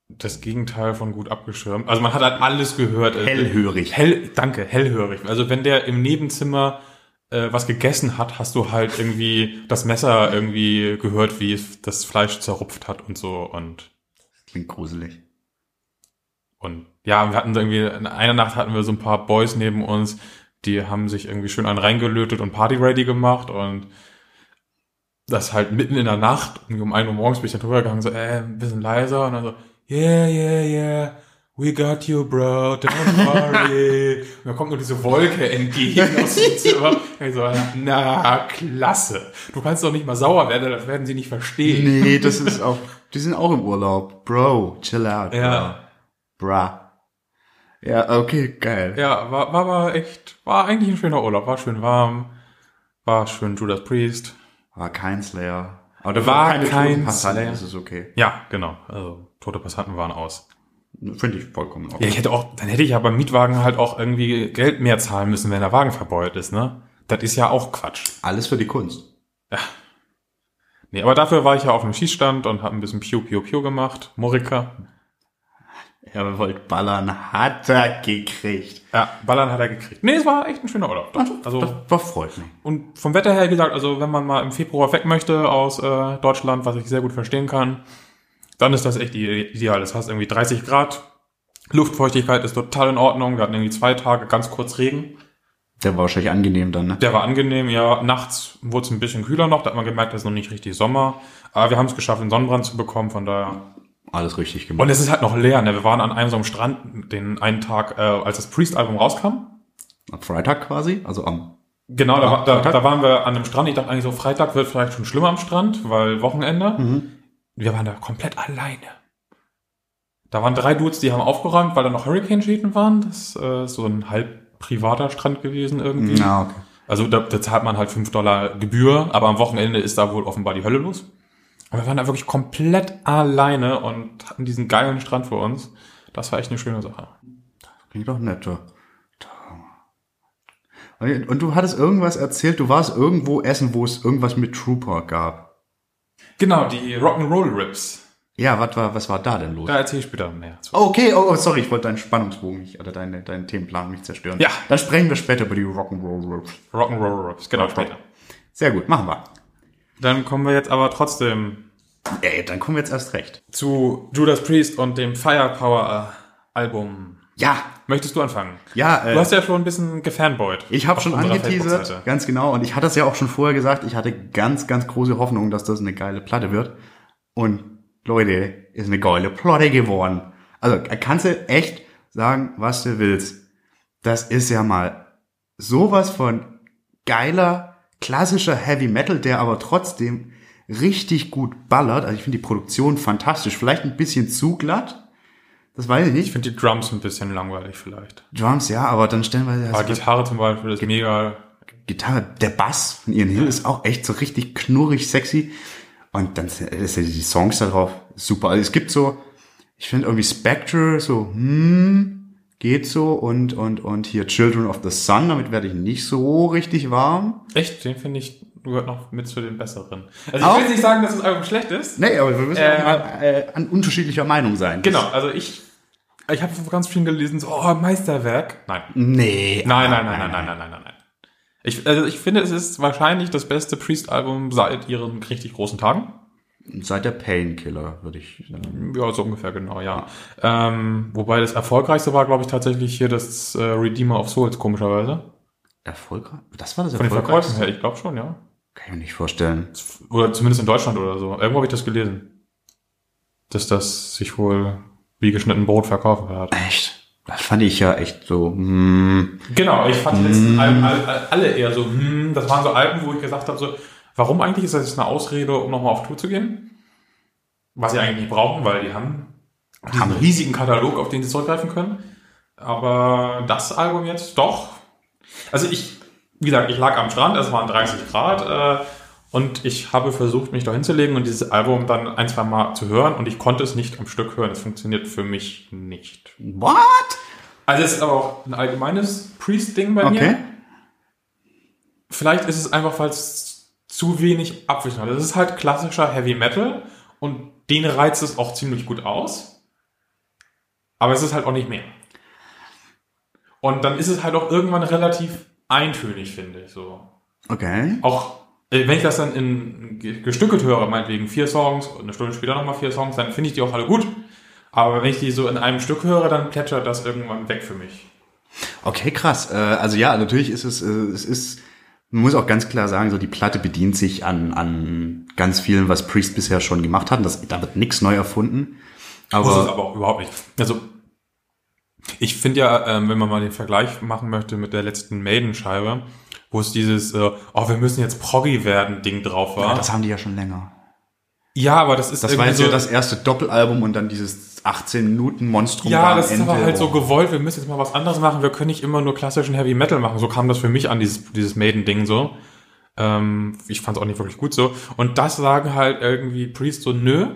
Speaker 2: das Gegenteil von gut abgeschirmt. Also man hat halt alles gehört.
Speaker 3: Hellhörig.
Speaker 2: Hell, danke, hellhörig. Also wenn der im Nebenzimmer äh, was gegessen hat, hast du halt irgendwie das Messer irgendwie gehört, wie es das Fleisch zerrupft hat und so und
Speaker 3: Klingt gruselig.
Speaker 2: und ja, wir hatten irgendwie, in einer Nacht hatten wir so ein paar Boys neben uns, die haben sich irgendwie schön einen reingelötet und Party ready gemacht und das halt mitten in der Nacht, irgendwie um 1 Uhr morgens bin ich dann drüber gegangen, so, äh, ein bisschen leiser und dann so, yeah, yeah, yeah, we got you, bro, don't worry. und dann kommt nur diese Wolke entgegen aus dem Zimmer. Und ich so, na, klasse. Du kannst doch nicht mal sauer werden, das werden sie nicht verstehen.
Speaker 3: Nee, das ist auch. Die sind auch im Urlaub. Bro, chill out.
Speaker 2: Ja.
Speaker 3: Bro. Bra. Ja, okay, geil.
Speaker 2: Ja, war, war aber echt, war eigentlich ein schöner Urlaub, war schön warm, war schön Judas Priest.
Speaker 3: War kein Slayer. Aber
Speaker 2: War
Speaker 3: keine
Speaker 2: kein
Speaker 3: toten Passanten,
Speaker 2: Slayer.
Speaker 3: Das ist okay.
Speaker 2: Ja, genau. Also tote Passanten waren aus.
Speaker 3: Finde ich vollkommen okay.
Speaker 2: Ja, ich hätte auch, dann hätte ich ja beim Mietwagen halt auch irgendwie Geld mehr zahlen müssen, wenn der Wagen verbeult ist, ne? Das ist ja auch Quatsch.
Speaker 3: Alles für die Kunst.
Speaker 2: Nee, aber dafür war ich ja auf dem Schießstand und habe ein bisschen Piu Piu Piu gemacht. Morika.
Speaker 3: Er wollte ballern, hat er gekriegt.
Speaker 2: Ja, Ballern hat er gekriegt. Nee, es war echt ein schöner Urlaub. Doch.
Speaker 3: Das
Speaker 2: Also,
Speaker 3: war freut mich.
Speaker 2: und vom Wetter her, wie gesagt, also wenn man mal im Februar weg möchte aus äh, Deutschland, was ich sehr gut verstehen kann, dann ist das echt i- ideal. Das heißt irgendwie 30 Grad, Luftfeuchtigkeit ist total in Ordnung. Wir hatten irgendwie zwei Tage ganz kurz Regen.
Speaker 3: Der war wahrscheinlich angenehm dann, ne?
Speaker 2: Der war angenehm, ja. Nachts wurde es ein bisschen kühler noch, da hat man gemerkt, es ist noch nicht richtig Sommer. Aber wir haben es geschafft, einen Sonnenbrand zu bekommen, von daher.
Speaker 3: Alles richtig
Speaker 2: Und
Speaker 3: gemacht.
Speaker 2: es ist halt noch leer, ne? Wir waren an einem so einem Strand, den einen Tag, äh, als das Priest-Album rauskam.
Speaker 3: Am Freitag quasi, also am.
Speaker 2: Genau, da, war- da, da waren wir an einem Strand. Ich dachte eigentlich so, Freitag wird vielleicht schon schlimmer am Strand, weil Wochenende. Wir waren da komplett alleine. Da waren drei Dudes, die haben aufgeräumt, weil da noch Hurricane-Schäden waren. Das äh, ist so ein halb privater Strand gewesen irgendwie.
Speaker 3: Ja, okay.
Speaker 2: Also da, da zahlt man halt 5 Dollar Gebühr, aber am Wochenende ist da wohl offenbar die Hölle los. Aber wir waren da wirklich komplett alleine und hatten diesen geilen Strand vor uns. Das war echt eine schöne Sache.
Speaker 3: Klingt doch nett. ja. Und und du hattest irgendwas erzählt, du warst irgendwo essen, wo es irgendwas mit Trooper gab.
Speaker 2: Genau, die Rock'n'Roll Rips.
Speaker 3: Ja, was war, was war da denn los?
Speaker 2: Da erzähle ich später mehr. zu.
Speaker 3: Okay, oh, oh, sorry, ich wollte deinen Spannungsbogen nicht, oder deine, deinen Themenplan nicht zerstören.
Speaker 2: Ja.
Speaker 3: Dann sprechen wir später über die Rock'n'Roll Rope.
Speaker 2: Rock'n'Roll Raps, genau, später.
Speaker 3: Sehr gut, machen wir.
Speaker 2: Dann kommen wir jetzt aber trotzdem
Speaker 3: Ey, dann kommen wir jetzt erst recht.
Speaker 2: zu Judas Priest und dem Firepower-Album.
Speaker 3: Ja,
Speaker 2: Möchtest du anfangen?
Speaker 3: ja, äh,
Speaker 2: Du hast ja schon ein bisschen gefanboyt.
Speaker 3: ich habe
Speaker 2: auf
Speaker 3: schon
Speaker 2: unserer
Speaker 3: angeteasert,
Speaker 2: Facebook-Seite.
Speaker 3: ganz genau, und ich hatte es ja auch schon vorher gesagt, ich hatte ganz, ganz große Hoffnung, dass das eine geile Platte wird. Und Leute, ist eine geile Platte geworden. Also kannst du echt sagen, was du willst. Das ist ja mal sowas von geiler, klassischer Heavy Metal, der aber trotzdem richtig gut ballert. Also ich finde die Produktion fantastisch. Vielleicht ein bisschen zu glatt. Das weiß ich nicht.
Speaker 2: Ich finde die Drums ein bisschen langweilig vielleicht.
Speaker 3: Drums, ja, aber dann stellenweise
Speaker 2: Aber
Speaker 3: hast du
Speaker 2: Gitarre zum Beispiel ist mega.
Speaker 3: Gitarre, der Bass von Ian Hill ist auch echt so richtig knurrig sexy. Und dann sind das sind die Songs da drauf super. Also es gibt so, ich finde irgendwie Spectre so, hm, geht so und, und, und hier Children of the Sun, damit werde ich nicht so richtig warm.
Speaker 2: Echt, den finde ich gehört noch mit zu den besseren. Also ich
Speaker 3: Auch-
Speaker 2: will nicht sagen, dass das Album schlecht ist.
Speaker 3: Nee, aber wir müssen
Speaker 2: Äh,
Speaker 3: an, äh, an unterschiedlicher Meinung sein.
Speaker 2: Genau, also ich, ich habe von ganz vielen gelesen, so, oh, Meisterwerk. Nein.
Speaker 3: Nee.
Speaker 2: Nein, nein, nein, nein, nein, nein, nein, nein, nein. Ich, also ich finde, es ist wahrscheinlich das beste Priest-Album seit ihren richtig großen Tagen.
Speaker 3: Seit der Painkiller, würde ich sagen.
Speaker 2: Ja, so ungefähr genau, ja. Ähm, wobei das erfolgreichste war, glaube ich, tatsächlich hier das äh, Redeemer of Souls, komischerweise.
Speaker 3: Erfolgreich? Das war das
Speaker 2: Von den Verkäufen
Speaker 3: Erfolgreichste?
Speaker 2: her, ich glaube schon, ja.
Speaker 3: Kann ich mir nicht vorstellen.
Speaker 2: Oder zumindest in Deutschland oder so. Irgendwo habe ich das gelesen. Dass das sich wohl wie geschnitten Brot verkaufen hat.
Speaker 3: Echt? Das fand ich ja echt so. Mm,
Speaker 2: Genau, ich fand die letzten Alben alle, alle eher so, hm, das waren so Alben, wo ich gesagt habe, so, warum eigentlich ist das jetzt eine Ausrede, um nochmal auf Tour zu gehen? Was sie eigentlich nicht brauchen, weil die haben diesen riesigen Katalog, auf den sie zurückgreifen können. Aber das Album jetzt doch. Also ich, wie gesagt, ich lag am Strand, es waren 30 Grad äh, und ich habe versucht, mich da hinzulegen und dieses Album dann ein, zwei Mal zu hören und ich konnte es nicht am Stück hören. Es funktioniert für mich nicht.
Speaker 3: what?
Speaker 2: Also es ist aber auch ein allgemeines Priest-Ding bei
Speaker 3: Okay.
Speaker 2: mir. Vielleicht ist es einfach, weil es zu wenig Abwechslung hat. Es ist halt klassischer Heavy Metal und den reizt es auch ziemlich gut aus. Aber es ist halt auch nicht mehr. Und dann ist es halt auch irgendwann relativ eintönig, finde ich so.
Speaker 3: Okay.
Speaker 2: Auch äh, wenn ich das dann in ge- gestückelt höre, meinetwegen vier Songs und eine Stunde später nochmal vier Songs, dann finde ich die auch alle gut. Aber wenn ich die so in einem Stück höre, dann plätschert das irgendwann weg für mich.
Speaker 3: Okay, krass. Äh, Also ja, natürlich ist es, äh, es ist, man muss auch ganz klar sagen, so die Platte bedient sich an, an ganz vielen, was Priest bisher schon gemacht hat. Und Das, da wird nichts neu erfunden.
Speaker 2: Muss es
Speaker 3: Aber
Speaker 2: aber auch überhaupt nicht. Also, ich finde ja, ähm, wenn man mal den Vergleich machen möchte mit der letzten Maiden-Scheibe, wo es dieses, äh, oh, wir müssen jetzt Proggy werden, Ding drauf war.
Speaker 3: ja,
Speaker 2: Ja,
Speaker 3: das haben die ja schon länger.
Speaker 2: aber das ist
Speaker 3: Das war
Speaker 2: irgendwie
Speaker 3: jetzt
Speaker 2: so,
Speaker 3: ja das erste Doppelalbum und dann dieses 18 Minuten Monstrum. da
Speaker 2: ja,
Speaker 3: am
Speaker 2: das ist aber
Speaker 3: Ende.
Speaker 2: halt so gewollt, wir müssen jetzt mal was anderes machen, wir können nicht immer nur klassischen Heavy Metal machen. So kam das für mich an, dieses, dieses Maiden-Ding so. Ähm, ich fand es auch nicht wirklich gut so. Und das sagen halt irgendwie Priest so, nö,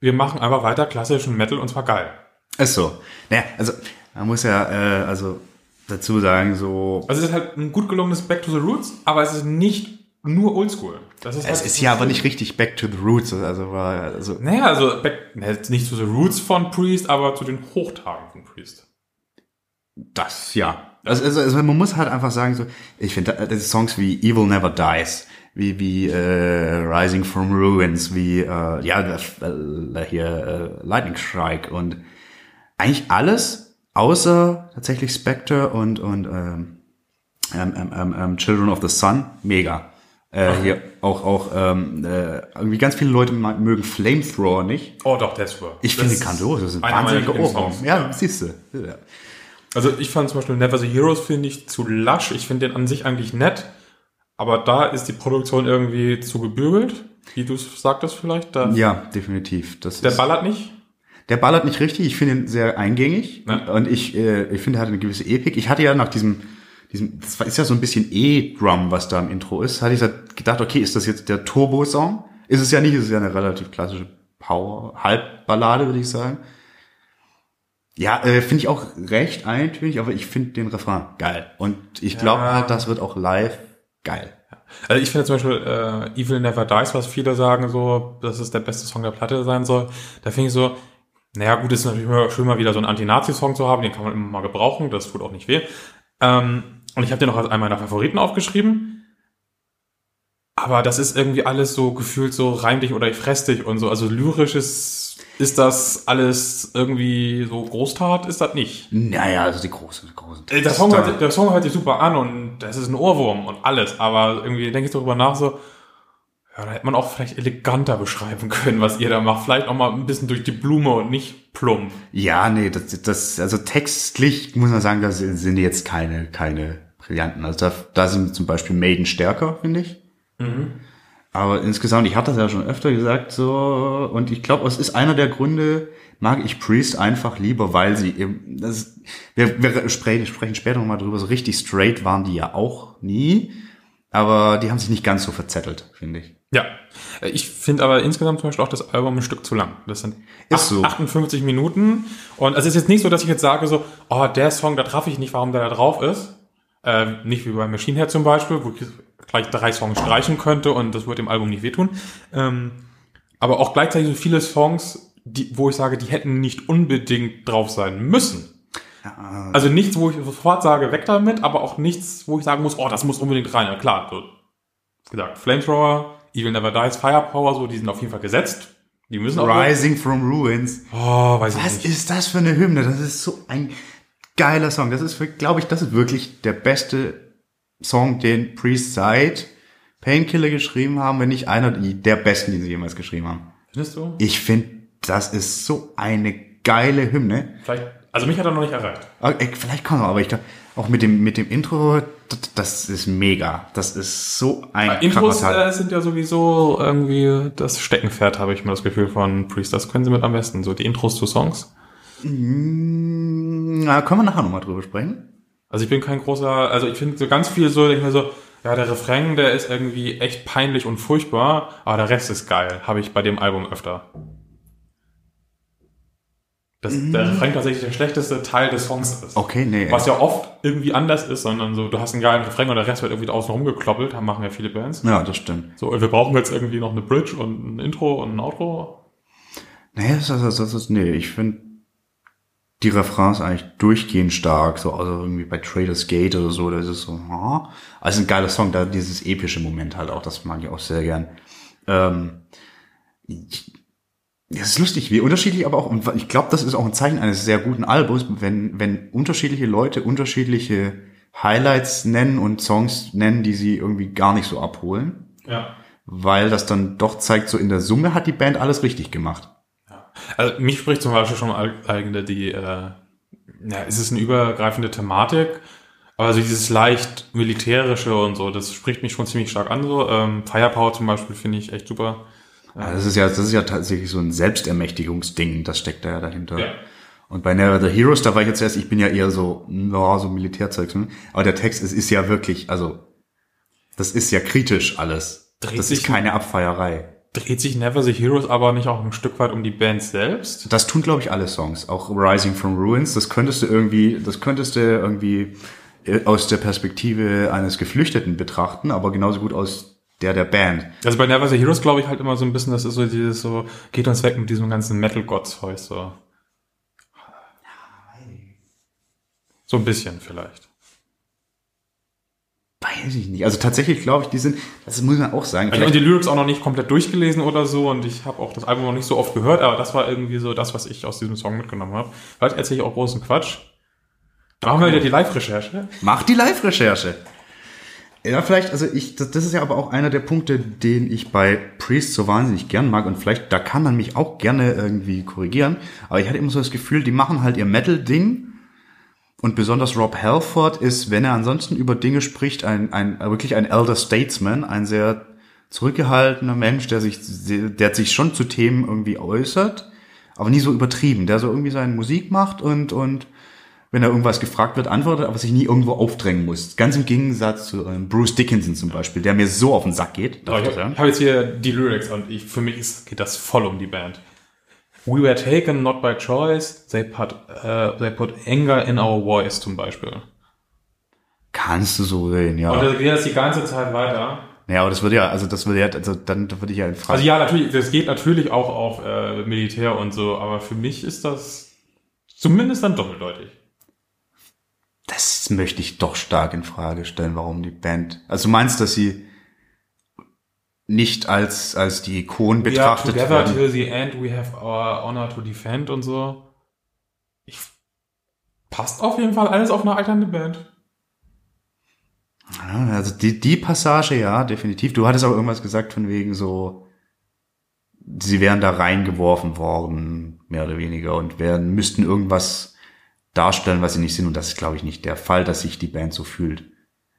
Speaker 2: wir machen einfach weiter klassischen Metal und zwar geil.
Speaker 3: Ist so. Naja, also man muss ja äh, also dazu sagen, so
Speaker 2: Also es ist halt ein gut gelungenes Back to the Roots, aber es ist nicht nur Oldschool. Das ist
Speaker 3: Es
Speaker 2: halt-
Speaker 3: ist ja aber nicht richtig Back to the Roots, also war also
Speaker 2: Naja, also back, ne, jetzt nicht zu the Roots von Priest, aber zu den Hochtagen von Priest.
Speaker 3: das ja. Also, also, also man muss halt einfach sagen so, ich finde da- das sind Songs wie Evil Never Dies, wie wie äh, Rising from Ruins, wie äh, ja äh, hier äh, Lightning Strike und eigentlich alles außer tatsächlich Spectre und und ähm, ähm, ähm, ähm, ähm, Children of the Sun mega. Äh, hier auch auch ähm, äh, irgendwie ganz viele Leute mag- mögen Flamethrower nicht.
Speaker 2: Oh doch, das war.
Speaker 3: Ich finde Kandos, das ist ein
Speaker 2: einer meiner
Speaker 3: wahnsinniger
Speaker 2: Lieblingssongs.
Speaker 3: Ohrwurm. Ja, siehst du. Ja.
Speaker 2: Also ich fand zum Beispiel Never the Heroes finde ich zu lasch. Ich finde den an sich eigentlich nett, aber da ist die Produktion irgendwie zu gebügelt, wie du es sagtest vielleicht. Da,
Speaker 3: ja, definitiv. Das
Speaker 2: Der
Speaker 3: ist,
Speaker 2: ballert nicht.
Speaker 3: der ballert nicht richtig. Ich finde ihn sehr eingängig.
Speaker 2: Ja.
Speaker 3: Und ich, äh, ich finde, er hat eine gewisse Epik. Ich hatte ja nach diesem, diesem, das war- ist ja so ein bisschen E-Drum, was da im Intro ist, hatte ich da gedacht, okay, ist das jetzt der Turbo-Song? Ist es ja nicht, ist es ja eine relativ klassische Power, Halbballade, würde ich sagen. Ja, äh, finde ich auch recht eintönig, aber ich finde den Refrain geil. Und ich glaube,
Speaker 2: Ja.
Speaker 3: das wird auch live geil.
Speaker 2: Also ich finde zum Beispiel äh, Evil Never Dies, was viele sagen, so, dass es der beste Song der Platte sein soll. Da finde ich so, naja, gut, ist natürlich immer schön, mal wieder so einen Anti-Nazi-Song zu haben, den kann man immer mal gebrauchen, das tut auch nicht weh. Ähm, und ich habe den noch als einen meiner Favoriten aufgeschrieben. Aber das ist irgendwie alles so gefühlt so reim dich oder ich fress dich und so. Also lyrisch ist, ist das alles irgendwie so Großtat, ist das nicht.
Speaker 3: Naja, also die großen, die großen.
Speaker 2: Äh, Der Song, hört, der Song hört sich super an und das ist ein Ohrwurm und alles, aber irgendwie denke ich darüber nach so, ja, da hätte man auch vielleicht eleganter beschreiben können, was ihr da macht. Vielleicht auch mal ein bisschen durch die Blume und nicht plump.
Speaker 3: Ja, nee, das, das, also textlich muss man sagen, da sind sind jetzt keine, keine Brillanten. Also da, da sind zum Beispiel Maiden stärker, finde ich. Aber insgesamt, ich hatte das ja schon öfter gesagt, so, und ich glaube, es ist einer der Gründe, mag ich Priest einfach lieber, weil sie eben, das, wir, wir sprechen, sprechen später nochmal drüber, so richtig straight waren die ja auch nie, aber die haben sich nicht ganz so verzettelt, finde ich.
Speaker 2: Ja. Äh, Ich finde aber insgesamt zum Beispiel auch das Album ein Stück zu lang. Das sind
Speaker 3: Ist
Speaker 2: acht-
Speaker 3: so.
Speaker 2: 58 Minuten. Und es ist jetzt nicht so, dass ich jetzt sage so, oh, der Song, da traf ich nicht, warum der da drauf ist. Ähm, nicht wie bei Machine Head zum Beispiel, wo ich gleich drei Songs streichen könnte und das würde dem Album nicht wehtun. Ähm, aber auch gleichzeitig so viele Songs, die, wo ich sage, die hätten nicht unbedingt drauf sein müssen. Also nichts, wo ich sofort sage, weg damit, aber auch nichts, wo ich sagen muss, oh, das muss unbedingt rein. Ja, klar, so gesagt, Flamethrower, Evil Never Dies, Firepower, so, die sind auf jeden Fall gesetzt. Die müssen auch.
Speaker 3: Rising from Ruins.
Speaker 2: Oh, weiß ich
Speaker 3: Was
Speaker 2: nicht.
Speaker 3: ist das für eine Hymne? Das ist so ein geiler Song. Das ist, glaube ich, das ist wirklich der beste Song, den Priest seit Painkiller geschrieben haben, wenn nicht einer der besten, die sie jemals geschrieben haben.
Speaker 2: Findest du?
Speaker 3: Ich finde, das ist so eine geile Hymne.
Speaker 2: Vielleicht, also mich hat er noch nicht erreicht.
Speaker 3: Okay, vielleicht kann er, aber ich glaube, auch mit dem, mit dem Intro, das, das ist mega. Das ist so ein
Speaker 2: Ja, Intros
Speaker 3: krasser Teil.
Speaker 2: äh, sind ja sowieso irgendwie das Steckenpferd, habe ich mal das Gefühl von Priest. Das können sie mit am besten. So die Intros zu Songs.
Speaker 3: Na, können wir nachher nochmal drüber sprechen?
Speaker 2: Also ich bin kein großer, also ich finde so ganz viel so, denk ich mir so, ja, der Refrain, der ist irgendwie echt peinlich und furchtbar, aber der Rest ist geil. Habe ich bei dem Album öfter. Das, Der Refrain tatsächlich der schlechteste Teil des Songs ist.
Speaker 3: Okay, nee.
Speaker 2: Was ja oft irgendwie anders ist, sondern so, du hast einen geilen Refrain und der Rest wird irgendwie draußen rumgekloppelt, haben machen ja viele Bands.
Speaker 3: ja, das stimmt.
Speaker 2: So, und wir brauchen jetzt irgendwie noch eine Bridge und ein Intro und ein Outro.
Speaker 3: Nee, das ist, das ist, das ist nee, ich finde die Refrains eigentlich durchgehend stark, so also irgendwie bei Trader's Gate oder so, das ist so, ah. also ein geiler Song, da dieses epische Moment halt auch, das mag ich auch sehr gern. Ähm, ich, das ist lustig, wie unterschiedlich, aber auch, und ich glaube, das ist auch ein Zeichen eines sehr guten Albums, wenn, wenn unterschiedliche Leute unterschiedliche Highlights nennen und Songs nennen, die sie irgendwie gar nicht so abholen,
Speaker 2: Ja.
Speaker 3: weil das dann doch zeigt, so in der Summe hat die Band alles richtig gemacht.
Speaker 2: Also mich spricht zum Beispiel schon mal eigene die, äh, ja, es ist eine übergreifende Thematik, aber so dieses leicht militärische und so, das spricht mich schon ziemlich stark an. So ähm, Firepower zum Beispiel finde ich echt super.
Speaker 3: Ja, das ist ja, das ist ja tatsächlich so ein Selbstermächtigungsding, das steckt da ja dahinter.
Speaker 2: Ja.
Speaker 3: Und bei Never the Heroes, da war ich jetzt erst, ich bin ja eher so, ja, so Militärzeug, hm? aber der Text, es ist ja wirklich, also, das ist ja kritisch alles.
Speaker 2: Dreht
Speaker 3: das
Speaker 2: sich- um.
Speaker 3: ist keine Abfeierei.
Speaker 2: Dreht sich Never the Heroes aber nicht auch ein Stück weit um die Band selbst?
Speaker 3: Das tun, glaube ich, alle Songs. Auch Rising from Ruins, das könntest du irgendwie, das könntest du irgendwie äh, aus der Perspektive eines Geflüchteten betrachten, aber genauso gut aus der der Band.
Speaker 2: Also bei Never the Heroes glaube ich halt immer so ein bisschen, das ist so dieses so, geht uns weg mit diesem ganzen Metal-God-Zeug so. So ein bisschen vielleicht.
Speaker 3: Weiß ich nicht. Also tatsächlich glaube ich, die sind, das muss man auch sagen.
Speaker 2: Ich habe die Lyrics auch noch nicht komplett durchgelesen oder so und ich habe auch das Album noch nicht so oft gehört, aber das war irgendwie so das, was ich aus diesem Song mitgenommen habe. Vielleicht erzähle ich auch großen Quatsch. Machen wir wieder die Live-Recherche.
Speaker 3: Mach die Live-Recherche. Ja, vielleicht, also ich, das, das ist ja aber auch einer der Punkte, den ich bei Priest so wahnsinnig gern mag und vielleicht, da kann man mich auch gerne irgendwie korrigieren, aber ich hatte immer so das Gefühl, die machen halt ihr Metal-Ding und besonders Rob Halford ist, wenn er ansonsten über Dinge spricht, ein, ein wirklich ein Elder Statesman, ein sehr zurückgehaltener Mensch, der sich, se- der sich schon zu Themen irgendwie äußert, aber nie so übertrieben, der so irgendwie seine Musik macht und, und wenn er irgendwas gefragt wird, antwortet, aber sich nie irgendwo aufdrängen muss. Ganz im Gegensatz zu ähm, Bruce Dickinson zum Beispiel, der mir so auf den Sack geht.
Speaker 2: Aber
Speaker 3: darf ich
Speaker 2: ich
Speaker 3: das sagen?
Speaker 2: habe hab jetzt hier die Lyrics und ich, für mich ist, geht das voll um die Band. We were taken not by choice, they put, äh, they put anger in our voice zum Beispiel.
Speaker 3: Kannst du so sehen, ja.
Speaker 2: Und das geht jetzt die ganze Zeit weiter.
Speaker 3: ja, aber das würde ja, also das würde ja, also dann würde ich ja in Frage.
Speaker 2: Also ja, natürlich, das geht natürlich auch auf äh, Militär und so, aber für mich ist das zumindest dann doppeldeutig.
Speaker 3: das möchte ich doch stark in Frage stellen, warum die Band. Also du meinst, dass sie nicht als, als die Ikonen
Speaker 2: We are
Speaker 3: betrachtet
Speaker 2: together
Speaker 3: werden?
Speaker 2: till the end, we have our honor to defend und so. Ich, passt auf jeden Fall alles auf eine alternde Band.
Speaker 3: Ja, Also die, die Passage, ja, definitiv. Du hattest auch irgendwas gesagt von wegen so, sie wären da reingeworfen worden, mehr oder weniger, und wären, müssten irgendwas darstellen, was sie nicht sind. Und das ist, glaube ich, nicht der Fall, dass sich die Band so fühlt.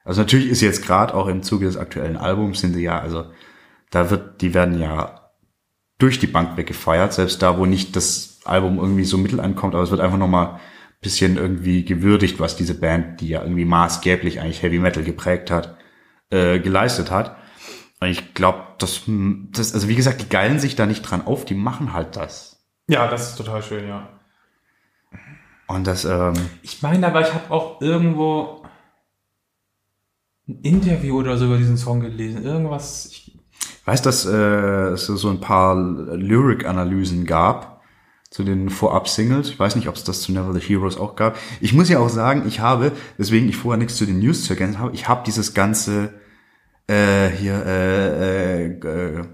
Speaker 3: Also natürlich ist jetzt gerade auch im Zuge des aktuellen Albums sind sie ja, also da wird, die werden ja durch die Bank weggefeiert, selbst da, wo nicht das Album irgendwie so mittel ankommt, aber es wird einfach nochmal ein bisschen irgendwie gewürdigt, was diese Band, die ja irgendwie maßgeblich eigentlich Heavy Metal geprägt hat, äh, geleistet hat. Und ich glaube, das, das, also wie gesagt, die geilen sich da nicht dran auf, die machen halt das.
Speaker 2: Ja, das ist total schön, ja.
Speaker 3: Und das, ähm,
Speaker 2: Ich meine aber, ich habe auch irgendwo ein Interview oder so über diesen Song gelesen. Irgendwas. Ich,
Speaker 3: Weißt du, dass äh, es so ein paar Lyric-Analysen gab zu den Vorab-Singles? Ich weiß nicht, ob es das zu Never the Heroes auch gab. Ich muss ja auch sagen, ich habe, deswegen ich vorher nichts zu den News zu ergänzen habe, ich habe dieses ganze äh, hier äh, äh, äh,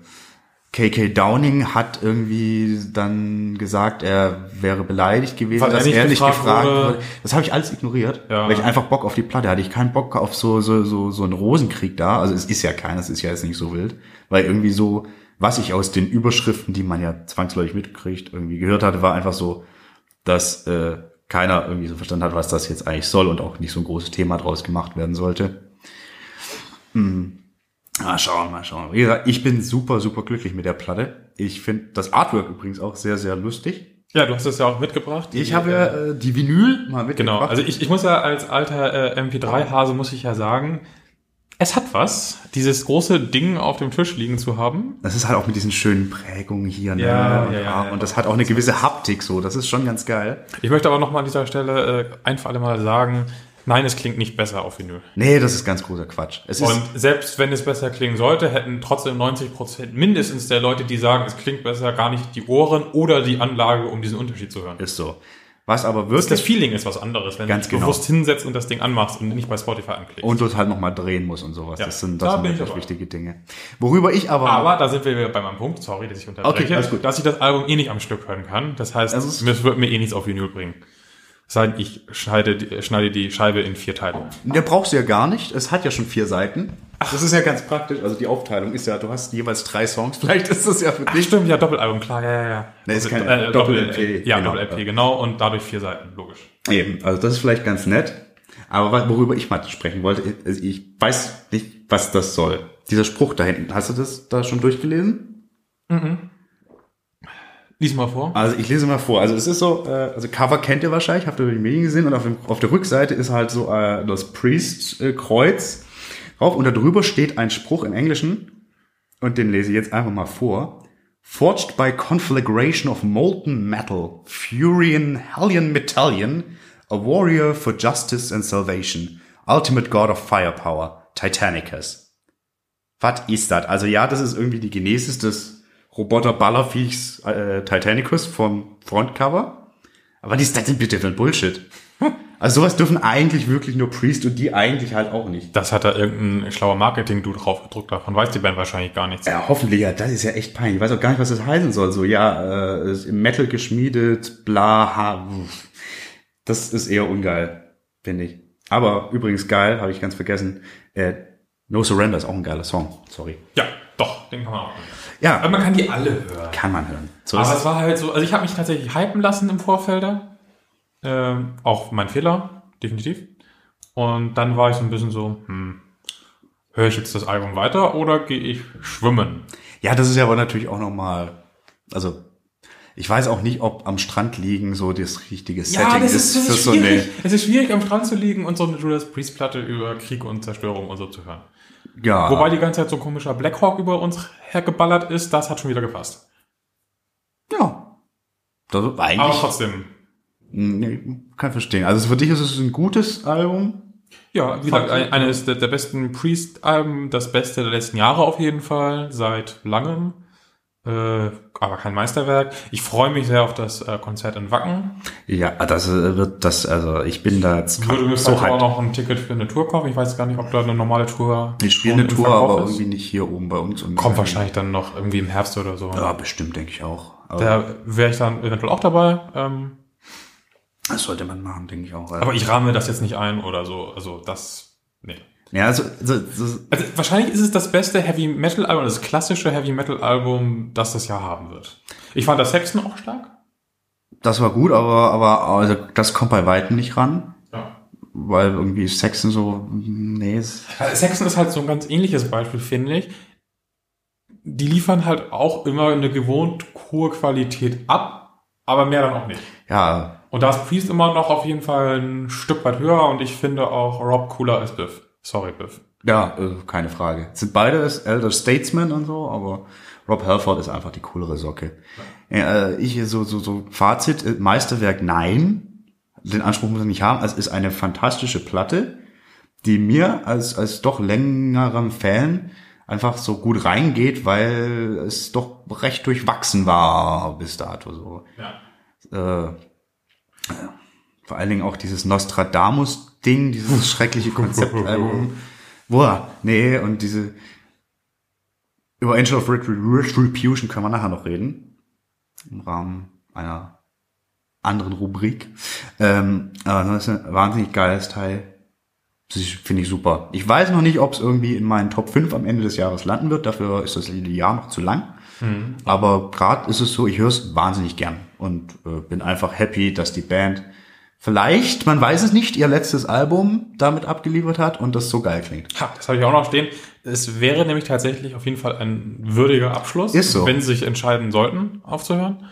Speaker 3: KK Downing hat irgendwie dann gesagt, er wäre beleidigt gewesen,
Speaker 2: Weil er
Speaker 3: dass
Speaker 2: nicht
Speaker 3: er nicht
Speaker 2: gefragt
Speaker 3: gefragt,
Speaker 2: wurde.
Speaker 3: wurde. Das habe ich alles ignoriert,
Speaker 2: Ja.
Speaker 3: weil ich einfach Bock auf die Platte hatte. Ich keinen Bock auf so, so, so, so einen Rosenkrieg da. Also es ist ja keiner, es ist ja jetzt nicht so wild. Weil irgendwie so, was ich aus den Überschriften, die man ja zwangsläufig mitkriegt, irgendwie gehört hatte, war einfach so, dass äh, keiner irgendwie so verstanden hat, was das jetzt eigentlich soll und auch nicht so ein großes Thema draus gemacht werden sollte. Hm. Mal schauen, mal schauen. Wie gesagt, ich bin super, super glücklich mit der Platte. Ich finde das Artwork übrigens auch sehr, sehr lustig.
Speaker 2: ja, du hast es ja auch mitgebracht.
Speaker 3: Ich habe ja äh, die Vinyl mal mitgebracht.
Speaker 2: Genau, also ich, ich muss ja als alter äh, MP3-Hase, muss ich ja sagen, es hat was, dieses große Ding auf dem Tisch liegen zu haben.
Speaker 3: Das ist halt auch mit diesen schönen Prägungen hier, ne?
Speaker 2: Ja,
Speaker 3: und,
Speaker 2: ja, ja,
Speaker 3: ah,
Speaker 2: ja.
Speaker 3: und das hat auch eine gewisse Haptik so. Das ist schon ganz geil.
Speaker 2: Ich möchte aber nochmal an dieser Stelle äh, ein für alle Mal sagen, nein, es klingt nicht besser auf Vinyl.
Speaker 3: Nee, das ist ganz großer Quatsch. Es ist,
Speaker 2: Und selbst wenn es besser klingen sollte, hätten trotzdem 90% mindestens der Leute, die sagen, es klingt besser, gar nicht die Ohren oder die Anlage, um diesen Unterschied zu hören.
Speaker 3: ist so. Was aber
Speaker 2: Das
Speaker 3: wirklich
Speaker 2: Feeling ist was anderes, wenn
Speaker 3: Ganz
Speaker 2: du dich
Speaker 3: genau.
Speaker 2: bewusst hinsetzt und das Ding anmachst und nicht bei Spotify anklickst.
Speaker 3: und dort halt nochmal drehen muss und sowas.
Speaker 2: Ja,
Speaker 3: das sind,
Speaker 2: da
Speaker 3: das sind
Speaker 2: bin ich
Speaker 3: wirklich
Speaker 2: aber.
Speaker 3: wichtige Dinge. Worüber ich aber,
Speaker 2: Aber da sind wir wieder bei meinem Punkt, sorry, dass ich unterbreche,
Speaker 3: Okay, alles gut.
Speaker 2: dass ich das Album eh nicht am Stück hören kann. Das heißt,
Speaker 3: Also es-
Speaker 2: es wird mir eh nichts auf Vinyl bringen. Es sei denn, ich schneide, die- schneide die Scheibe in vier Teile.
Speaker 3: der brauchst du ja gar nicht. Es hat ja schon vier Seiten. Das ist ja ganz praktisch. Also die Aufteilung ist ja, du hast jeweils drei Songs. Vielleicht ist das ja für dich.
Speaker 2: Stimmt, ja, Doppelalbum, klar, ja, ja, ja.
Speaker 3: Nee, ist kein
Speaker 2: äh, Doppel-LP.
Speaker 3: Doppel-LP,
Speaker 2: ja,
Speaker 3: genau.
Speaker 2: Doppel-LP, genau. Und dadurch vier Seiten, logisch.
Speaker 3: Eben, also das ist vielleicht ganz nett. Aber was- worüber ich mal sprechen wollte, ist, ich weiß nicht, was das soll. Dieser Spruch da hinten, hast du das da schon durchgelesen?
Speaker 2: Lies mal vor.
Speaker 3: Also ich lese mal vor. Also es ist so, äh, also Cover kennt ihr wahrscheinlich, habt ihr über die Medien gesehen und auf, dem, auf der Rückseite ist halt so äh, das Priest-Kreuz drauf und darüber steht ein Spruch im Englischen und den lese ich jetzt einfach mal vor. Forged by conflagration of molten metal, Furian Hellion Metallion, a warrior for justice and salvation, ultimate god of firepower, Titanicus. Was ist das? Also ja, das ist irgendwie die Genesis des Roboter-Ballerviechs äh, Titanicus vom Frontcover. Aber was ist das denn bitte für ein Bullshit? Also sowas dürfen eigentlich wirklich nur Priest und die eigentlich halt auch nicht.
Speaker 2: Das hat da irgendein schlauer Marketing-Dude draufgedruckt, davon weiß die Band wahrscheinlich gar nichts.
Speaker 3: Ja, hoffentlich, ja, das ist ja echt peinlich. Ich weiß auch gar nicht, was das heißen soll. So, ja, äh, ist im Metal geschmiedet, bla, ha, wuff. Das ist eher ungeil, finde ich. Aber übrigens geil, habe ich ganz vergessen. Äh, no Surrender ist auch ein geiler Song. Sorry.
Speaker 2: Ja, doch, den kann man auch. hören. Aber
Speaker 3: Ja,
Speaker 2: man kann die alle hören.
Speaker 3: kann man hören. So ist
Speaker 2: Aber
Speaker 3: es.
Speaker 2: es war halt so, also ich habe mich tatsächlich hypen lassen im Vorfelder. Ähm, auch mein Fehler, definitiv. Und dann war ich so ein bisschen so, hm, höre ich jetzt das Album weiter oder gehe ich schwimmen?
Speaker 3: Ja, das ist ja aber natürlich auch nochmal, also ich weiß auch nicht, ob am Strand liegen so das richtige Setting ist. für so eine,
Speaker 2: Es ist schwierig, am Strand zu liegen und so eine Judas Priest-Platte über Krieg und Zerstörung und so zu hören.
Speaker 3: ja,
Speaker 2: Wobei die ganze Zeit so ein komischer Blackhawk über uns hergeballert ist, das hat schon wieder gepasst.
Speaker 3: ja. Das ist
Speaker 2: Aber
Speaker 3: eigentlich,
Speaker 2: trotzdem,
Speaker 3: nee, kann ich verstehen. Also für dich ist es ein gutes Album.
Speaker 2: Ja, wie gesagt, ein- eines der, der besten Priest-Alben, das beste der letzten Jahre auf jeden Fall, seit langem. Äh, aber kein Meisterwerk. Ich freue mich sehr auf das äh, Konzert in Wacken.
Speaker 3: Ja, das äh, wird das, also ich bin da jetzt
Speaker 2: Würde mir
Speaker 3: so
Speaker 2: vielleicht auch
Speaker 3: hyped.
Speaker 2: noch ein Ticket für eine Tour kaufen. Ich weiß gar nicht, ob da eine normale Tour.
Speaker 3: Wir spielen eine
Speaker 2: schon im
Speaker 3: Tour,
Speaker 2: Verkauf
Speaker 3: aber
Speaker 2: ist.
Speaker 3: irgendwie nicht hier oben bei uns. Und
Speaker 2: Kommt wahrscheinlich dann noch irgendwie im Herbst oder so.
Speaker 3: Ja, bestimmt, denke ich auch. Aber
Speaker 2: Da wäre ich dann eventuell auch dabei. Ähm,
Speaker 3: das sollte man machen, denke ich auch.
Speaker 2: aber ich rahme das jetzt nicht ein oder so. Also das. Nee.
Speaker 3: ja, also, so, so,
Speaker 2: Also wahrscheinlich ist es das beste Heavy Metal Album, also das klassische Heavy Metal Album, das das Jahr haben wird. Ich fand das Sexton auch stark.
Speaker 3: das war gut, aber, aber also, das kommt bei Weitem nicht ran,
Speaker 2: Ja.
Speaker 3: weil irgendwie Sexen so, nee, ist,
Speaker 2: Sexton ist halt so ein ganz ähnliches Beispiel, finde ich. Die liefern halt auch immer eine gewohnt hohe Qualität ab, aber mehr dann auch nicht.
Speaker 3: ja,
Speaker 2: Und da ist Priest immer noch auf jeden Fall ein Stück weit höher und ich finde auch Rob cooler als Biff. Sorry, Biff.
Speaker 3: ja, äh, keine Frage. Sind beides Elder Statesmen und so, aber Rob Halford ist einfach die coolere Socke. Äh, ich, so, so, so, Fazit, äh, Meisterwerk nein, den Anspruch muss er nicht haben, es ist eine fantastische Platte, die mir als, als doch längerem Fan einfach so gut reingeht, weil es doch recht durchwachsen war bis dato so.
Speaker 2: Ja.
Speaker 3: äh, vor allen Dingen auch dieses Nostradamus-Ding, dieses schreckliche Konzeptalbum. Boah, nee, und diese über Angel of Retribu- Retribution können wir nachher noch reden. Im Rahmen einer anderen Rubrik. Ähm, aber das ist ein wahnsinnig geiles Teil. Das ist- Finde ich super. Ich weiß noch nicht, ob es irgendwie in meinen Top 5 am Ende des Jahres landen wird. Dafür ist das Jahr noch zu lang. Aber gerade ist es so, ich höre es wahnsinnig gern und äh, bin einfach happy, dass die Band vielleicht, man weiß es nicht, ihr letztes Album damit abgeliefert hat und das so geil klingt.
Speaker 2: Ha, das habe ich auch noch stehen. Es wäre nämlich tatsächlich auf jeden Fall ein würdiger Abschluss,
Speaker 3: Ist so.
Speaker 2: wenn sie sich entscheiden sollten, aufzuhören.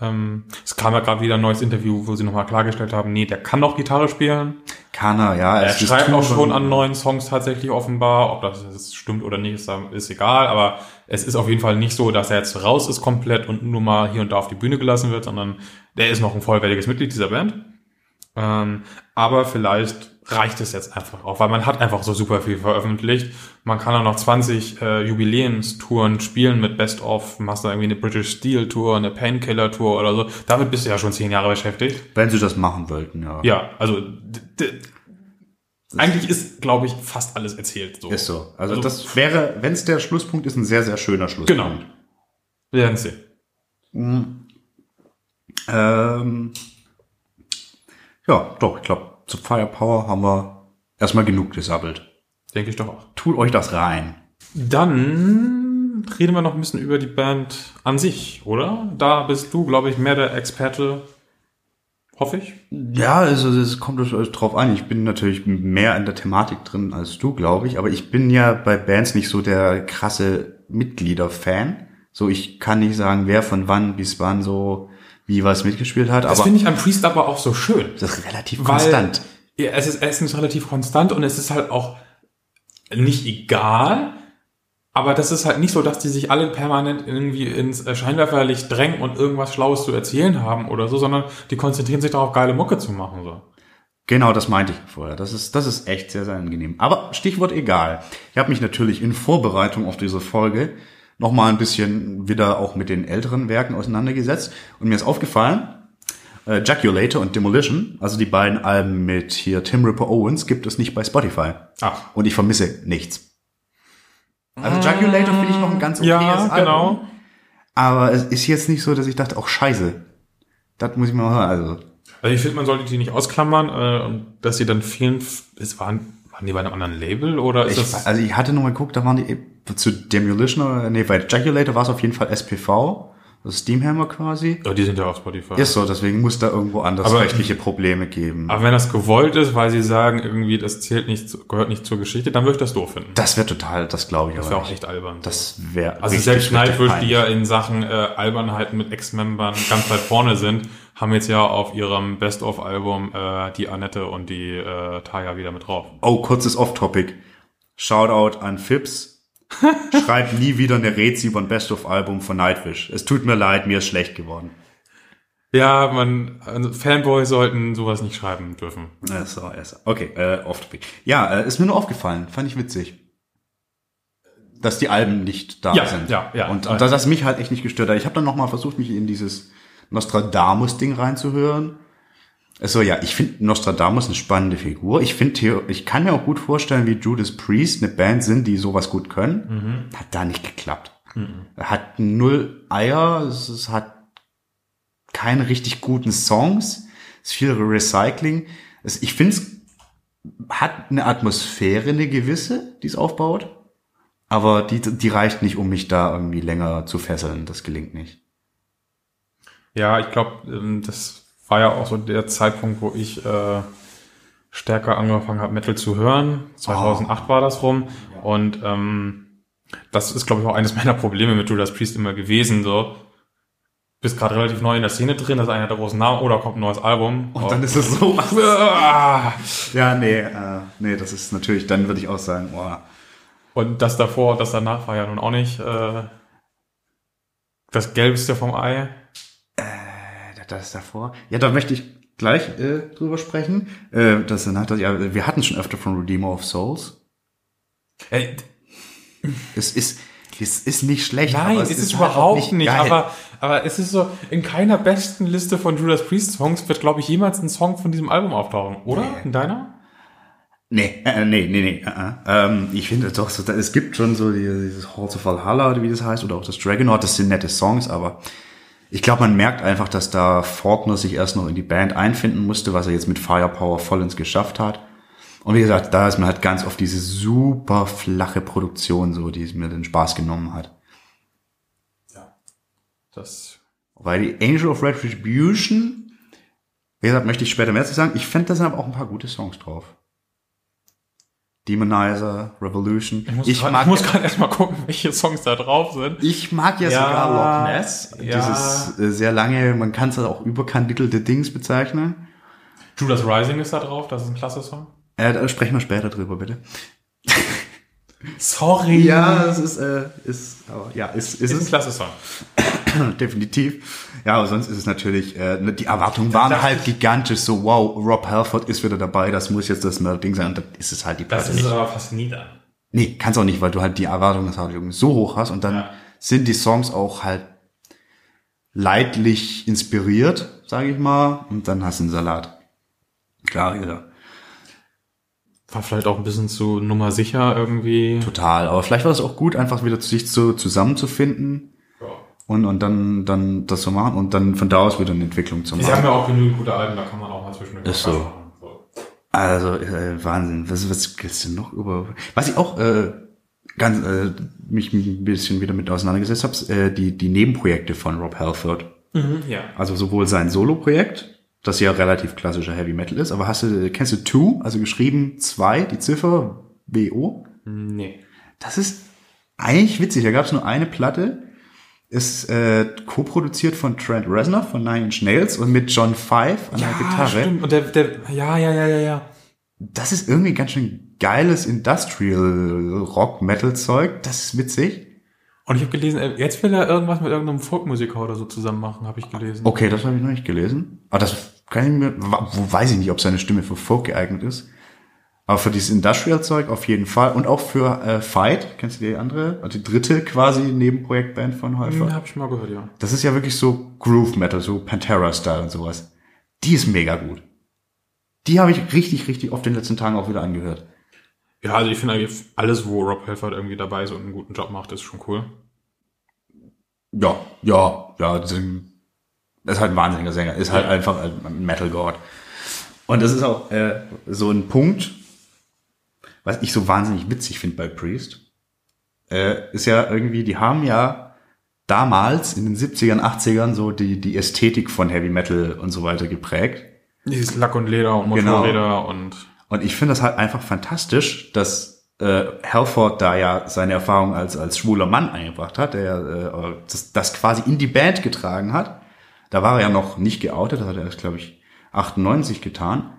Speaker 2: Ähm, es kam ja gerade wieder ein neues Interview, wo sie nochmal klargestellt haben, nee, der kann noch Gitarre spielen.
Speaker 3: Kann er, ja.
Speaker 2: Er
Speaker 3: es ist
Speaker 2: schreibt auch
Speaker 3: Tuch
Speaker 2: schon
Speaker 3: und-
Speaker 2: an neuen Songs tatsächlich offenbar. Ob das jetzt stimmt oder nicht, ist, ist egal. Aber es ist auf jeden Fall nicht so, dass er jetzt raus ist komplett und nur mal hier und da auf die Bühne gelassen wird, sondern der ist noch ein vollwertiges Mitglied dieser Band. Ähm, aber vielleicht reicht es jetzt einfach auch, weil man hat einfach so super viel veröffentlicht. Man kann auch noch 20 äh, Jubiläumstouren spielen mit Best of, machst da irgendwie eine British Steel Tour, eine Painkiller Tour oder so. Damit bist du ja schon zehn Jahre beschäftigt.
Speaker 3: Wenn sie das machen wollten, ja.
Speaker 2: Ja, also d- d- eigentlich ist, glaube ich, fast alles erzählt. So.
Speaker 3: Ist so. Also,
Speaker 2: Also-
Speaker 3: das wäre, wenn es der Schlusspunkt ist, ein sehr, sehr schöner
Speaker 2: Genau.
Speaker 3: Schlusspunkt.
Speaker 2: Wir werden sehen.
Speaker 3: Ähm, ja, doch, ich glaube, zu Firepower haben wir erstmal genug gesabbelt.
Speaker 2: Denke ich doch auch.
Speaker 3: Tut euch das rein.
Speaker 2: Dann reden wir noch ein bisschen über die Band an sich, oder? Da bist du, glaube ich, mehr der Experte, hoffe ich.
Speaker 3: Ja, also es kommt drauf an. Ich bin natürlich mehr in der Thematik drin als du, glaube ich. Aber ich bin ja bei Bands nicht so der krasse Mitglieder-Fan. So, ich kann nicht sagen, wer von wann bis wann so wie was mitgespielt hat.
Speaker 2: Das
Speaker 3: Aber
Speaker 2: finde ich am Priest aber auch so schön.
Speaker 3: das ist relativ
Speaker 2: Weil
Speaker 3: konstant.
Speaker 2: Ja, es ist, es ist relativ konstant und es ist halt auch nicht egal, aber das ist halt nicht so, dass die sich alle permanent irgendwie ins äh, Scheinwerferlicht drängen und irgendwas Schlaues zu erzählen haben oder so, sondern die konzentrieren sich darauf, geile Mucke zu machen. So.
Speaker 3: Genau, das meinte ich vorher. Das ist, das ist echt sehr, sehr angenehm. Aber Stichwort egal. Ich habe mich natürlich in Vorbereitung auf diese Folge nochmal ein bisschen wieder auch mit den älteren Werken auseinandergesetzt. Und mir ist aufgefallen, äh, Jaculator und Demolition, also die beiden Alben mit hier Tim Ripper Owens, gibt es nicht bei Spotify.
Speaker 2: Ach.
Speaker 3: Und ich vermisse nichts. Also Jaculator finde ich noch ein ganz okayes
Speaker 2: Ah. ja,
Speaker 3: Album.
Speaker 2: genau.
Speaker 3: Aber es ist jetzt nicht so, dass ich dachte, auch scheiße. Das muss ich mal hören. Also,
Speaker 2: Also ich finde, man sollte die nicht ausklammern äh, und dass sie dann fehlen, f- es waren, waren die bei einem anderen Label oder ist
Speaker 3: Ich,
Speaker 2: das...
Speaker 3: also ich hatte noch mal geguckt, da waren die eh- zu Demolition, oder- nee, bei Jaculator war es auf jeden Fall SPV, also Steamhammer quasi.
Speaker 2: ja, oh, die sind ja auf Spotify.
Speaker 3: Ist so, deswegen muss da irgendwo anders
Speaker 2: Aber-
Speaker 3: rechtliche Probleme geben.
Speaker 2: Aber wenn das gewollt ist, weil sie sagen, irgendwie, das zählt nicht, zu- gehört nicht zur Geschichte, dann würde ich das doof finden.
Speaker 3: Das wäre total, das glaube ich
Speaker 2: Das
Speaker 3: aber
Speaker 2: wäre auch
Speaker 3: nicht.
Speaker 2: echt albern.
Speaker 3: Das wäre
Speaker 2: also selbst Knight Wish, die ja in Sachen äh, Albernheiten mit Ex-Membern ganz weit vorne sind, haben jetzt ja auf ihrem Best-of-Album äh, die Annette und die äh, Taya wieder mit drauf.
Speaker 3: Oh, kurzes Off-Topic. Shoutout an Phipps. Schreibt nie wieder eine Rezi über ein Best-of-Album von Nightwish. Es tut mir leid, mir ist schlecht geworden.
Speaker 2: Ja, man, also Fanboys sollten sowas nicht schreiben dürfen.
Speaker 3: Äh, So, äh, so. okay, äh, off topic. Ja, äh, ist mir nur aufgefallen, fand ich witzig. Dass die Alben nicht da
Speaker 2: Ja,
Speaker 3: sind.
Speaker 2: ja, ja.
Speaker 3: Und, und das hat mich halt echt nicht gestört. hat. Ich habe dann nochmal versucht, mich in dieses Nostradamus-Ding reinzuhören. Also ja, ich finde Nostradamus eine spannende Figur. Ich finde, Theo- ich kann mir auch gut vorstellen, wie Judas Priest eine Band sind, die sowas gut können.
Speaker 2: Mhm.
Speaker 3: Hat da nicht geklappt. Hat null Eier, es, es hat keine richtig guten Songs, es ist viel Recycling. Es, ich finde, es hat eine Atmosphäre, eine gewisse, die es aufbaut. Aber die, die reicht nicht, um mich da irgendwie länger zu fesseln. Das gelingt nicht.
Speaker 2: Ja, ich glaube, das war ja auch so der Zeitpunkt, wo ich äh, stärker angefangen habe, Metal zu hören.
Speaker 3: Ah.
Speaker 2: 2008 war das rum. Und ähm, das ist, glaube ich, auch eines meiner Probleme mit Judas Priest immer gewesen. So, bist gerade relativ neu in der Szene drin, das ist einer der großen Namen, oder kommt ein neues Album.
Speaker 3: Und dann ist es so.
Speaker 2: Ah.
Speaker 3: ja, nee, äh, nee, das ist natürlich, dann würde ich auch sagen, boah.
Speaker 2: Und das davor, das danach war ja nun auch nicht äh, das Gelbste vom Ei.
Speaker 3: das davor. Ja, da möchte ich gleich äh, drüber sprechen. Äh, das danach, das, ja, wir hatten schon öfter von Redeemer of Souls.
Speaker 2: Ey,
Speaker 3: Es ist, es ist nicht schlecht.
Speaker 2: Nein,
Speaker 3: aber
Speaker 2: es ist,
Speaker 3: halt auch
Speaker 2: überhaupt nicht,
Speaker 3: geil.
Speaker 2: aber, aber es ist so, in keiner besten Liste von Judas Priest Songs wird, glaube ich, jemals ein Song von diesem Album auftauchen, oder?
Speaker 3: Nee.
Speaker 2: In deiner?
Speaker 3: Nee, äh, nee, nee, nee. Äh, äh. Ähm, ich finde doch, so, da- es gibt schon so die- dieses Halls of Valhalla, oder wie das heißt, oder auch das Dragonaut, das sind nette Songs, aber ich glaube, man merkt einfach, dass da Faulkner sich erst noch in die Band einfinden musste, was er jetzt mit Firepower vollends geschafft hat. Und wie gesagt, da ist mir halt ganz oft diese super flache Produktion so, die es mir den Spaß genommen hat.
Speaker 2: Das,
Speaker 3: Weil die Angel of Retribution, wie gesagt, möchte ich später mehr zu sagen. Ich fände, da sind aber auch ein paar gute Songs drauf. Demonizer, Revolution.
Speaker 2: ich muss grad- ich muss gerade erstmal gucken, welche Songs da drauf sind.
Speaker 3: ich mag ja,
Speaker 2: Ja,
Speaker 3: sogar Loch Ness.
Speaker 2: ja.
Speaker 3: Dieses äh, sehr lange, man kann es halt auch überkandidelte Dings bezeichnen.
Speaker 2: Judas Rising ist da drauf, das ist ein klasse Song.
Speaker 3: Äh, da sprechen wir später drüber, bitte.
Speaker 2: Sorry.
Speaker 3: Ja, es ist, äh, ist, aber, ja, ist, ist,
Speaker 2: Das ist ein
Speaker 3: ist
Speaker 2: klasse Song.
Speaker 3: es, definitiv. Ja, aber sonst ist es natürlich, äh, ne, die Erwartungen waren halt gigantisch, so, wow, Rob Halford ist wieder dabei, das muss jetzt das neue Ding sein, und dann ist es halt die
Speaker 2: Das
Speaker 3: Platte
Speaker 2: ist
Speaker 3: nicht.
Speaker 2: aber fast nie da.
Speaker 3: Nee, kannst auch nicht, weil du halt die Erwartungshaltung so hoch hast und dann
Speaker 2: Ja.
Speaker 3: sind die Songs auch halt leidlich inspiriert, sage ich mal, und dann hast du einen Salat. Klar, ja.
Speaker 2: War vielleicht auch ein bisschen zu Nummer sicher irgendwie.
Speaker 3: Total. Aber vielleicht war es auch gut, einfach wieder zu sich zu, zusammenzufinden und, und dann, dann das zu machen und dann von da aus wieder eine Entwicklung zu
Speaker 2: Die haben
Speaker 3: machen.
Speaker 2: ja auch genügend gute Alben, da kann man auch mal zwischendurch
Speaker 3: Ist so. Also, äh, Wahnsinn. Was, was gibt's denn noch über. Was ich auch äh, ganz äh, mich ein bisschen wieder mit auseinandergesetzt habe, äh, die, die Nebenprojekte von Rob Halford.
Speaker 2: Mhm, ja.
Speaker 3: Also sowohl sein Solo-Projekt, das ja relativ klassischer Heavy Metal ist, aber hast du, kennst du Two, also geschrieben zwei, die Ziffer WO?
Speaker 2: Nee.
Speaker 3: Das ist eigentlich witzig. Da gab es nur eine Platte, ist äh, co-produziert von Trent Reznor von Nine Inch Nails und mit John Five an der Gitarre.
Speaker 2: stimmt. Und der, der, ja, ja, ja, ja, ja.
Speaker 3: Das ist irgendwie ganz schön geiles Industrial Rock Metal Zeug. Das ist witzig.
Speaker 2: Und ich habe gelesen, äh, jetzt will er irgendwas mit irgendeinem Folkmusiker oder so zusammen machen, habe ich gelesen.
Speaker 3: Okay, das habe ich noch nicht gelesen. Aber das kann ich mir, wa- wo weiß ich nicht, ob seine Stimme für Folk geeignet ist. Aber für dieses Industrial-Zeug auf jeden Fall. Und auch für äh, Fight, kennst du die andere, also die dritte quasi Nebenprojektband von Häufer.
Speaker 2: Hm, Hab ich mal gehört, ja.
Speaker 3: Das ist ja wirklich so Groove Metal, so Pantera-Style und sowas. Die ist mega gut. Die habe ich richtig, richtig oft in den letzten Tagen auch wieder angehört.
Speaker 2: Ja, also ich finde eigentlich alles, wo Rob Halford irgendwie dabei ist und einen guten Job macht, ist schon cool.
Speaker 3: Ja, ja, ja, das ist ein- das ist halt ein wahnsinniger Sänger, ist halt
Speaker 2: Ja.
Speaker 3: einfach ein Metal God. Und das ist auch äh, so ein Punkt, was ich so wahnsinnig witzig finde bei Priest, äh, ist ja irgendwie, die haben ja damals in den 70ern, 80ern so die, die Ästhetik von Heavy Metal und so weiter geprägt.
Speaker 2: Dieses Lack und Leder und
Speaker 3: Genau.
Speaker 2: Motorräder und
Speaker 3: Und ich finde das halt einfach fantastisch, dass äh, Halford da ja seine Erfahrung als, als schwuler Mann eingebracht hat, der ja, äh, das, das quasi in die Band getragen hat. Da war er ja noch nicht geoutet, das hat er erst, glaube ich, 98 getan.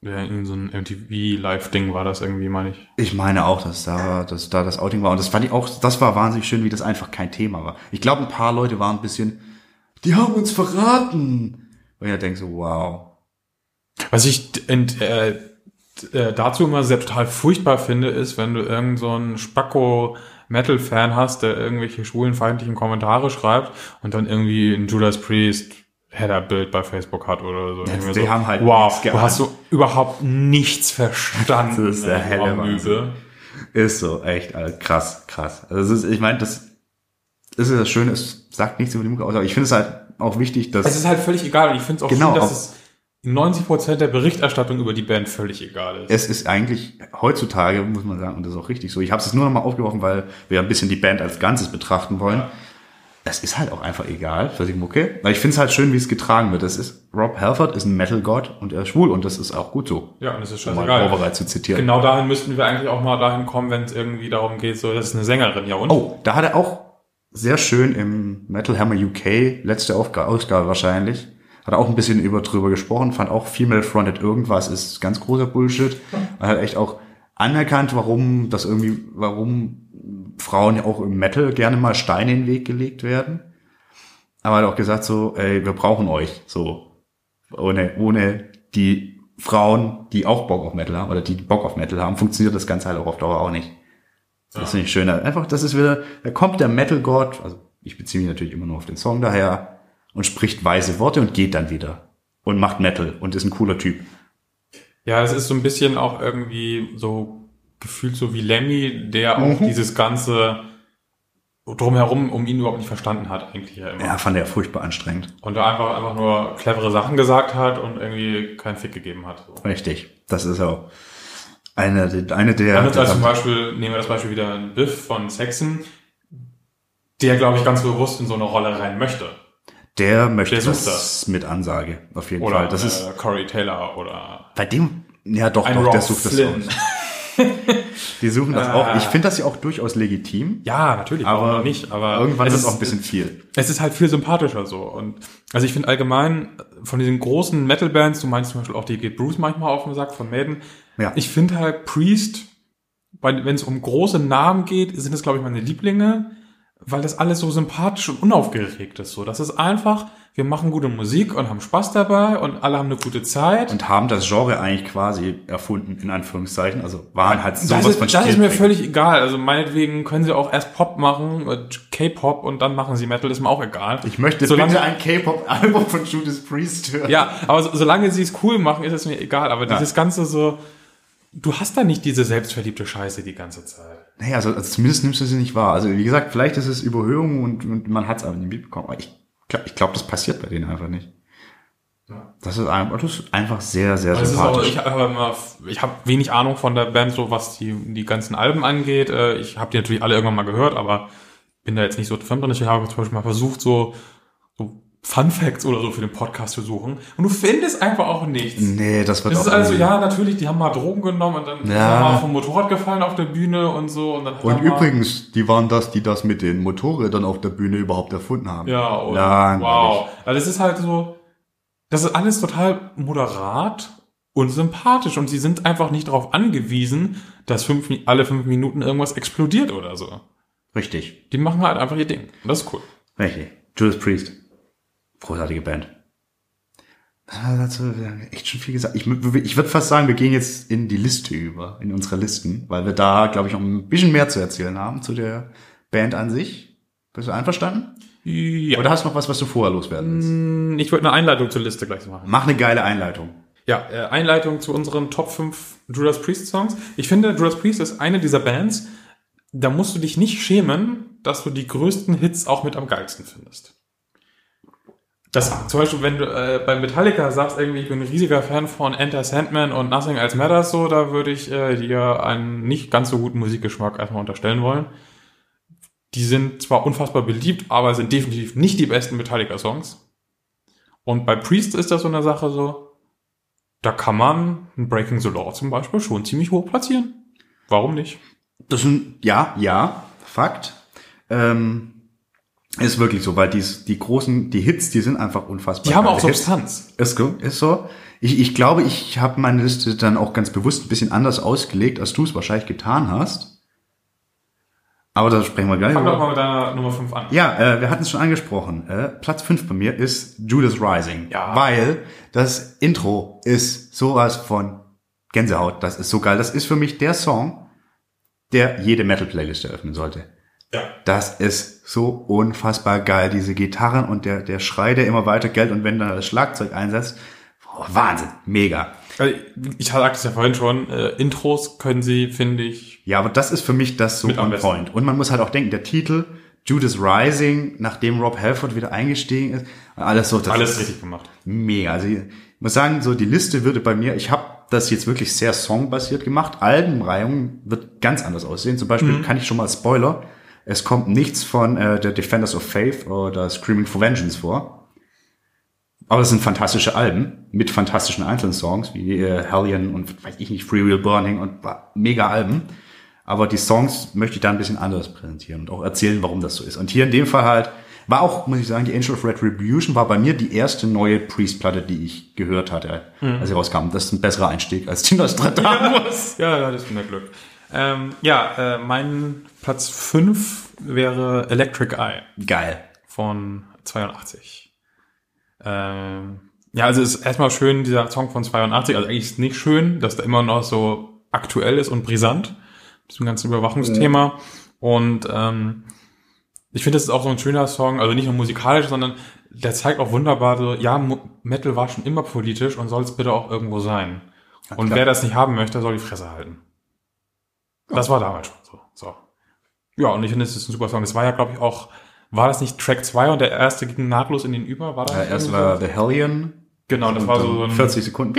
Speaker 2: ja, in so einem MTV-Live-Ding war das irgendwie, meine ich.
Speaker 3: Ich meine auch, dass da, dass da das Outing war. Und das fand ich auch, das war wahnsinnig schön, wie das einfach kein Thema war. Ich glaube, ein paar Leute waren ein bisschen, die haben uns verraten. Und ich denke so, wow.
Speaker 2: Was ich ent, äh, äh, dazu immer sehr total furchtbar finde, ist, wenn du irgend so einen Spacko-Metal-Fan hast, der irgendwelche schwulenfeindlichen Kommentare schreibt und dann irgendwie ein Judas Priest Header-Bild bei Facebook hat oder so.
Speaker 3: Ja,
Speaker 2: Ich mir
Speaker 3: die
Speaker 2: so,
Speaker 3: haben halt nichts
Speaker 2: wow, du
Speaker 3: geahnt.
Speaker 2: hast so überhaupt nichts verstanden.
Speaker 3: Das ist der
Speaker 2: äh,
Speaker 3: helle
Speaker 2: am
Speaker 3: Wahnsinn.
Speaker 2: Übel.
Speaker 3: Ist so, echt, Alter, krass, krass. Also es ist, ich meine, das ist ja das Schöne, es sagt nichts über die Mucke aus, aber ich finde es halt auch wichtig, dass...
Speaker 2: Es ist halt völlig egal und ich finde es auch
Speaker 3: Genau,
Speaker 2: schön, dass
Speaker 3: auch-
Speaker 2: es in 90% der Berichterstattung über die Band völlig egal ist.
Speaker 3: es ist eigentlich heutzutage, muss man sagen, und das ist auch richtig so. Ich habe es jetzt nur nochmal aufgeworfen, weil wir ein bisschen die Band als Ganzes betrachten wollen. Es ist halt auch einfach egal für die Mucke. Weil ich finde es halt schön, wie es getragen wird. Das ist, Rob Halford ist ein Metal-Gott und er ist schwul und das ist auch gut so.
Speaker 2: ja, und es ist
Speaker 3: Um mal
Speaker 2: scheißegal.
Speaker 3: Horvath zu zitieren.
Speaker 2: Genau dahin müssten wir eigentlich auch mal dahin kommen, wenn es irgendwie darum geht, so, das ist eine Sängerin, ja und?
Speaker 3: Oh, da hat er auch sehr schön im Metal Hammer UK, letzte Aufga- Ausgabe wahrscheinlich, hat er auch ein bisschen über drüber gesprochen, fand auch Female Fronted irgendwas ist ganz großer Bullshit. Man hat echt auch anerkannt, warum das irgendwie, warum Frauen ja auch im Metal gerne mal Steine in den Weg gelegt werden. Aber hat auch gesagt so, ey, wir brauchen euch, so. Ohne, ohne die Frauen, die auch Bock auf Metal haben, oder die Bock auf Metal haben, funktioniert das Ganze halt auch auf Dauer auch nicht. Das finde ich schön. Einfach, das ist wieder, da kommt der Metal-Gott, also ich beziehe mich natürlich immer nur auf den Song daher, und spricht weise Worte und geht dann wieder. Und macht Metal und ist ein cooler Typ.
Speaker 2: Ja, es ist so ein bisschen auch irgendwie so gefühlt so wie Lemmy, der auch
Speaker 3: Mhm.
Speaker 2: dieses ganze drumherum um ihn überhaupt nicht verstanden hat eigentlich ja immer.
Speaker 3: Ja, fand er furchtbar anstrengend.
Speaker 2: Und da einfach, einfach nur clevere Sachen gesagt hat und irgendwie keinen Fick gegeben hat. So.
Speaker 3: Richtig. Das ist auch eine, eine der,
Speaker 2: Damit also als zum
Speaker 3: der
Speaker 2: Beispiel, nehmen wir das Beispiel wieder Biff von Saxon, der glaube ich ganz bewusst in so eine Rolle rein möchte.
Speaker 3: möchte
Speaker 2: der
Speaker 3: das,
Speaker 2: sucht
Speaker 3: mit Ansage. Auf jeden
Speaker 2: Oder
Speaker 3: Fall. halt, Das ist
Speaker 2: äh, Corey Taylor oder
Speaker 3: bei dem, ja doch,
Speaker 2: ein
Speaker 3: doch, der
Speaker 2: Rob
Speaker 3: sucht
Speaker 2: Flynn.
Speaker 3: das auch. Die suchen das auch.
Speaker 2: Ah.
Speaker 3: Ich finde das ja auch durchaus legitim.
Speaker 2: Ja, natürlich, warum
Speaker 3: aber
Speaker 2: auch nicht, aber
Speaker 3: irgendwann
Speaker 2: es
Speaker 3: ist es auch ein bisschen viel.
Speaker 2: Es ist halt viel sympathischer so. Und also ich finde allgemein von diesen großen Metal-Bands, du meinst zum Beispiel auch die geht Bruce manchmal auf den Sack von Maiden.
Speaker 3: Ja.
Speaker 2: Ich finde halt Priest, wenn es um große Namen geht, sind es glaube ich meine Lieblinge, weil das alles so sympathisch und unaufgeregt ist. So, das ist einfach. Wir machen gute Musik und haben Spaß dabei und alle haben eine gute Zeit.
Speaker 3: und haben das Genre eigentlich quasi erfunden, in Anführungszeichen. Also waren halt sowas
Speaker 2: das ist,
Speaker 3: von
Speaker 2: das ist mir
Speaker 3: Stilprägend.
Speaker 2: völlig egal. Also meinetwegen können sie auch erst Pop machen, äh, K-Pop und dann machen sie Metal, ist mir auch egal.
Speaker 3: Ich möchte
Speaker 2: Solange-
Speaker 3: bitte ein K-Pop-Album von Judas Priest hören.
Speaker 2: Ja, aber so, solange sie es cool machen, ist es mir egal. Aber dieses Ganze so, du hast da nicht diese selbstverliebte Scheiße die ganze Zeit.
Speaker 3: Naja, also, also zumindest nimmst du sie nicht wahr. Also wie gesagt, vielleicht ist es Überhöhung und, und man hat es aber nicht mitbekommen. Aber ich, glaub- ich glaube, das passiert bei denen einfach nicht.
Speaker 2: Ja.
Speaker 3: Das ist, ein, das ist einfach sehr, sehr
Speaker 2: Das ist auch,
Speaker 3: sympathisch.
Speaker 2: ich habe immer, ich habe wenig Ahnung von der Band, so was die, die ganzen Alben angeht. Äh, Ich habe die natürlich alle irgendwann mal gehört, aber bin da jetzt nicht so firm drin. Ich habe zum Beispiel mal versucht, so, so Fun Facts oder so für den Podcast zu suchen. Und du findest einfach auch nichts.
Speaker 3: nee, das wird
Speaker 2: Es ist
Speaker 3: auch
Speaker 2: also,
Speaker 3: irgendwie-
Speaker 2: ja, natürlich, die haben mal Drogen genommen und dann ist
Speaker 3: Ja.
Speaker 2: er mal vom Motorrad gefallen auf der Bühne und so. Und, dann hat er
Speaker 3: Und
Speaker 2: mal-
Speaker 3: übrigens, die waren das, die das mit den Motorrädern auf der Bühne überhaupt erfunden haben.
Speaker 2: Ja, und
Speaker 3: Langweilig.
Speaker 2: wow. Also es ist halt so, das ist alles total moderat und sympathisch und sie sind einfach nicht darauf angewiesen, dass fünf, Mi- alle fünf Minuten irgendwas explodiert oder so.
Speaker 3: Richtig.
Speaker 2: Die machen halt einfach ihr Ding. Und das ist cool.
Speaker 3: Welche? Judas Priest. Großartige Band. Was haben wir Dazu Wir haben echt schon viel gesagt. Ich, mü- ich würde fast sagen, wir gehen jetzt in die Liste über, in unsere Listen, weil wir da, glaube ich, noch ein bisschen mehr zu erzählen haben zu der Band an sich. Bist du einverstanden?
Speaker 2: Ja.
Speaker 3: Aber da hast du noch was, was du vorher loswerden willst.
Speaker 2: Hm, Ich wollte eine Einleitung zur Liste gleich machen.
Speaker 3: Mach eine geile Einleitung.
Speaker 2: Ja, äh, Einleitung zu unseren Top 5 Judas Priest Songs. Ich finde, Judas Priest ist eine dieser Bands, da musst du dich nicht schämen, dass du die größten Hits auch mit am geilsten findest. Das, zum Beispiel, wenn du äh, bei Metallica sagst, irgendwie, ich bin ein riesiger Fan von Enter Sandman und Nothing Else Matters, so, da würde ich äh, dir einen nicht ganz so guten Musikgeschmack erstmal unterstellen wollen. Die sind zwar unfassbar beliebt, aber sind definitiv nicht die besten Metallica-Songs. Und bei Priest ist das so eine Sache so, da kann man ein Breaking the Law zum Beispiel schon ziemlich hoch platzieren. Warum nicht?
Speaker 3: Das ist ein, ja, ja, Fakt. Ähm, ist wirklich so, weil die, die großen, die Hits, die sind einfach unfassbar.
Speaker 2: Die haben auch
Speaker 3: geile Hits.
Speaker 2: Substanz.
Speaker 3: Ist, so- ist so. Ich, ich glaube, ich habe meine Liste dann auch ganz bewusst ein bisschen anders ausgelegt, als du es wahrscheinlich getan hast. Aber da sprechen wir gar nicht
Speaker 2: Fang doch
Speaker 3: drüber.
Speaker 2: mal mit deiner Nummer 5 an.
Speaker 3: Ja, äh, wir hatten es schon angesprochen. Äh, Platz 5 bei mir ist Judas Rising.
Speaker 2: Ja.
Speaker 3: Weil das Intro ist sowas von Gänsehaut. Das ist so geil. Das ist für mich der Song, der jede Metal-Playlist eröffnen sollte.
Speaker 2: Ja.
Speaker 3: Das ist so unfassbar geil. Diese Gitarren und der, der Schrei, der immer weiter gelt und wenn dann das Schlagzeug einsetzt. Oh, Wahnsinn. Mega.
Speaker 2: Also, ich sagte es ja vorhin schon, äh, Intros können sie, finde ich,
Speaker 3: Ja, aber das ist für mich das so
Speaker 2: Mit am
Speaker 3: on
Speaker 2: besten.
Speaker 3: point. Und man muss halt auch denken, der Titel Judas Rising, nachdem Rob Halford wieder eingestiegen ist, alles so. Das
Speaker 2: alles
Speaker 3: ist
Speaker 2: richtig gemacht.
Speaker 3: Mega. Also ich muss sagen, so die Liste würde bei mir, ich habe das jetzt wirklich sehr songbasiert gemacht. Albenreihung wird ganz anders aussehen. Zum Beispiel kann ich schon mal Spoiler. Es kommt nichts von äh, der Defenders of Faith oder Screaming for Vengeance vor. Aber es sind fantastische Alben mit fantastischen Einzelsongs wie äh, Hellion und weiß ich nicht, Free Will Burning und bah, mega Alben. Aber die Songs möchte ich da ein bisschen anders präsentieren und auch erzählen, warum das so ist. Und hier in dem Fall halt war auch, muss ich sagen, die Angel of Retribution war bei mir die erste neue Priest-Platte, die ich gehört hatte,
Speaker 2: Mhm.
Speaker 3: als sie rauskam. Das ist ein besserer Einstieg als die Nostradamus.
Speaker 2: Ja, ja, das ist mir Glück. Ähm, ja, äh, mein Platz 5 wäre Electric Eye
Speaker 3: Geil.
Speaker 2: von 82. Ähm, ja, also es ist erstmal schön, dieser Song von 82, also eigentlich ist es nicht schön, dass der immer noch so aktuell ist und brisant, diesem ganzen Überwachungsthema. Und ähm, ich finde, das ist auch so ein schöner Song, also nicht nur musikalisch, sondern der zeigt auch wunderbar so, ja, Mu- Metal war schon immer politisch und soll es bitte auch irgendwo sein. Und
Speaker 3: klar.
Speaker 2: wer das nicht haben möchte, soll die Fresse halten. Genau. Das war damals schon so. so. Ja, und ich finde, es ist ein super Song. Das war ja, glaube ich, auch, war das nicht Track 2 und der erste ging nahtlos in den Über? War das
Speaker 3: Äh, erst war The Hellion.
Speaker 2: Genau, das war so ein,
Speaker 3: 40 Sekunden.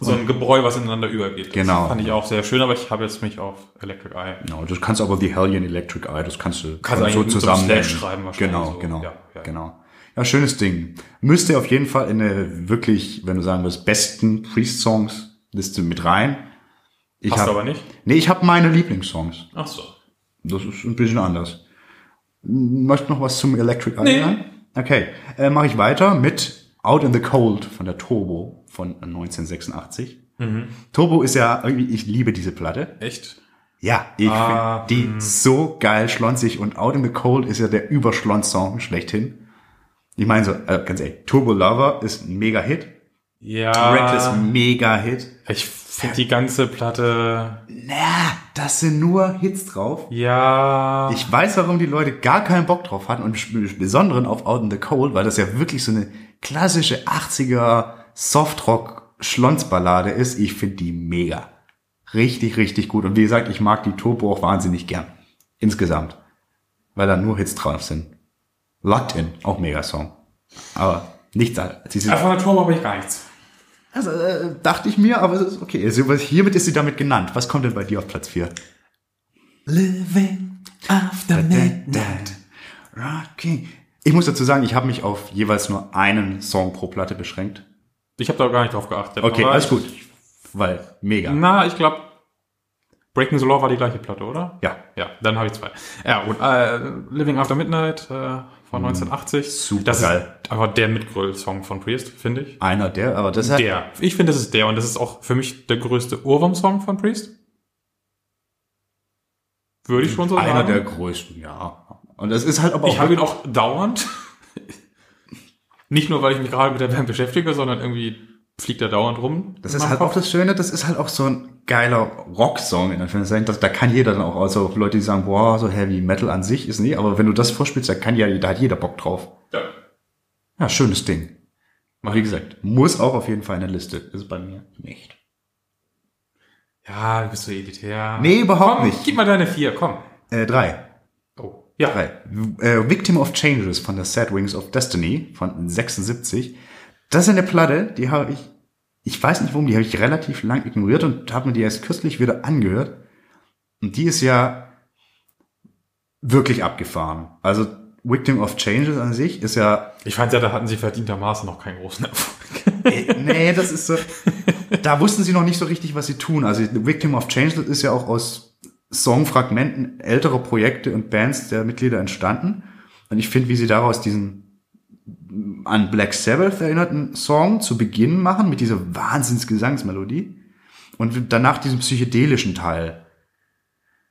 Speaker 2: so ein Gebräu, was ineinander übergeht.
Speaker 3: Genau.
Speaker 2: Das fand ich auch sehr schön, aber ich habe jetzt mich auf Electric Eye.
Speaker 3: Genau, du kannst aber die Hellion Electric Eye, das kannst du
Speaker 2: Kannst eigentlich mit so einem
Speaker 3: zusammennehmen.
Speaker 2: Slash schreiben wahrscheinlich
Speaker 3: Genau,
Speaker 2: so.
Speaker 3: genau,
Speaker 2: Ja, ja.
Speaker 3: genau. Ja, schönes Ding. Müsst ihr auf jeden Fall in eine wirklich, wenn du sagen willst, besten Priest-Songs Liste mit rein. Ich
Speaker 2: Passt
Speaker 3: hab-
Speaker 2: aber nicht.
Speaker 3: Nee, ich habe meine Lieblingssongs.
Speaker 2: Ach so.
Speaker 3: Das ist ein bisschen anders. Hm, Möchtest noch was zum Electric Eye?
Speaker 2: Nee.
Speaker 3: sagen? Okay, äh, mache ich weiter mit Out in the Cold von der Turbo von 1986.
Speaker 2: Mhm.
Speaker 3: Turbo ist ja irgendwie, ich liebe diese Platte.
Speaker 2: Echt?
Speaker 3: Ja, ich
Speaker 2: Ah,
Speaker 3: finde die so geil schlonzig und Out in the Cold ist ja der Überschlonz-Song schlechthin. Ich meine so, äh, ganz ehrlich, Turbo Lover ist ein Mega-Hit.
Speaker 2: Ja.
Speaker 3: Reckless, Mega-Hit.
Speaker 2: Ich finde die ganze Platte,
Speaker 3: Na, das sind nur Hits drauf.
Speaker 2: ja.
Speaker 3: Ich weiß, warum die Leute gar keinen Bock drauf hatten und im Besonderen auf Out in the Cold, weil das ja wirklich so eine klassische 80er Softrock-Schlonzballade ist. Ich finde die mega. Richtig, richtig gut. Und wie gesagt, ich mag die Turbo auch wahnsinnig gern. Insgesamt. Weil da nur Hits drauf sind. Locked In, auch mega Song. Aber nichts anderes. Sie sind-
Speaker 2: Ja, von der Turbo habe ich gar nichts.
Speaker 3: Also, äh, dachte ich mir, aber es ist okay. Also, was- hiermit ist sie damit genannt. Was kommt denn bei dir auf Platz 4?
Speaker 1: Living after
Speaker 3: Rocking. Ich muss dazu sagen, ich habe mich auf jeweils nur einen Song pro Platte beschränkt.
Speaker 2: Ich habe da gar nicht drauf geachtet.
Speaker 3: Okay,
Speaker 2: aber
Speaker 3: alles
Speaker 2: ich-
Speaker 3: gut. Weil, mega.
Speaker 2: Na, ich glaube, Breaking the Law war die gleiche Platte, oder?
Speaker 3: Ja.
Speaker 2: Ja, dann habe ich zwei. Ja, gut. Äh, Living After Midnight äh, von 1980.
Speaker 3: Hm. super
Speaker 2: das
Speaker 3: geil.
Speaker 2: Ist einfach der Mitgröll-Song von Priest, finde ich.
Speaker 3: Einer der, aber das ist halt,
Speaker 2: Der. Ich finde, das ist der und das ist auch für mich der größte Ohrwurm-Song von Priest. Würde ich schon so
Speaker 3: einer
Speaker 2: sagen.
Speaker 3: der größten, ja. Und das ist halt aber
Speaker 2: ich
Speaker 3: auch,
Speaker 2: habe ihn auch dauernd. Nicht nur, weil ich mich gerade mit der Band beschäftige, sondern irgendwie fliegt er dauernd rum.
Speaker 3: das ist halt auch das Schöne, das ist halt auch so ein geiler Rocksong, in Anführungszeichen. Das, da kann jeder dann auch, also Leute, die sagen, boah, so Heavy Metal an sich ist nie, aber wenn du das vorspielst, da kann ja, da hat jeder Bock drauf.
Speaker 2: Ja.
Speaker 3: Ja, schönes Ding. Wie gesagt, muss auch auf jeden Fall in der Liste. Ist bei mir nicht.
Speaker 2: Ja, du bist so elitär.
Speaker 3: Nee, überhaupt
Speaker 2: komm,
Speaker 3: nicht.
Speaker 2: Gib mal deine vier, komm.
Speaker 3: Äh, drei.
Speaker 2: Oh. Ja.
Speaker 3: Drei. Äh, Victim of Changes von der Sad Wings of Destiny von 76. Das ist eine Platte, die habe ich, ich weiß nicht warum, die habe ich relativ lang ignoriert und habe mir die erst kürzlich wieder angehört. Und die ist ja wirklich abgefahren. Also Victim of Changes an sich ist ja
Speaker 2: Ich fand ja, da hatten sie verdientermaßen noch keinen großen Erfolg.
Speaker 3: Äh, nee, das ist so. Da wussten sie noch nicht so richtig, was sie tun. Also Victim of Changeless ist ja auch aus Songfragmenten älterer Projekte und Bands der Mitglieder entstanden. Und ich finde, wie sie daraus diesen mm, an Black Sabbath erinnerten Song zu Beginn machen, mit dieser Wahnsinnsgesangsmelodie. Und danach diesen psychedelischen Teil.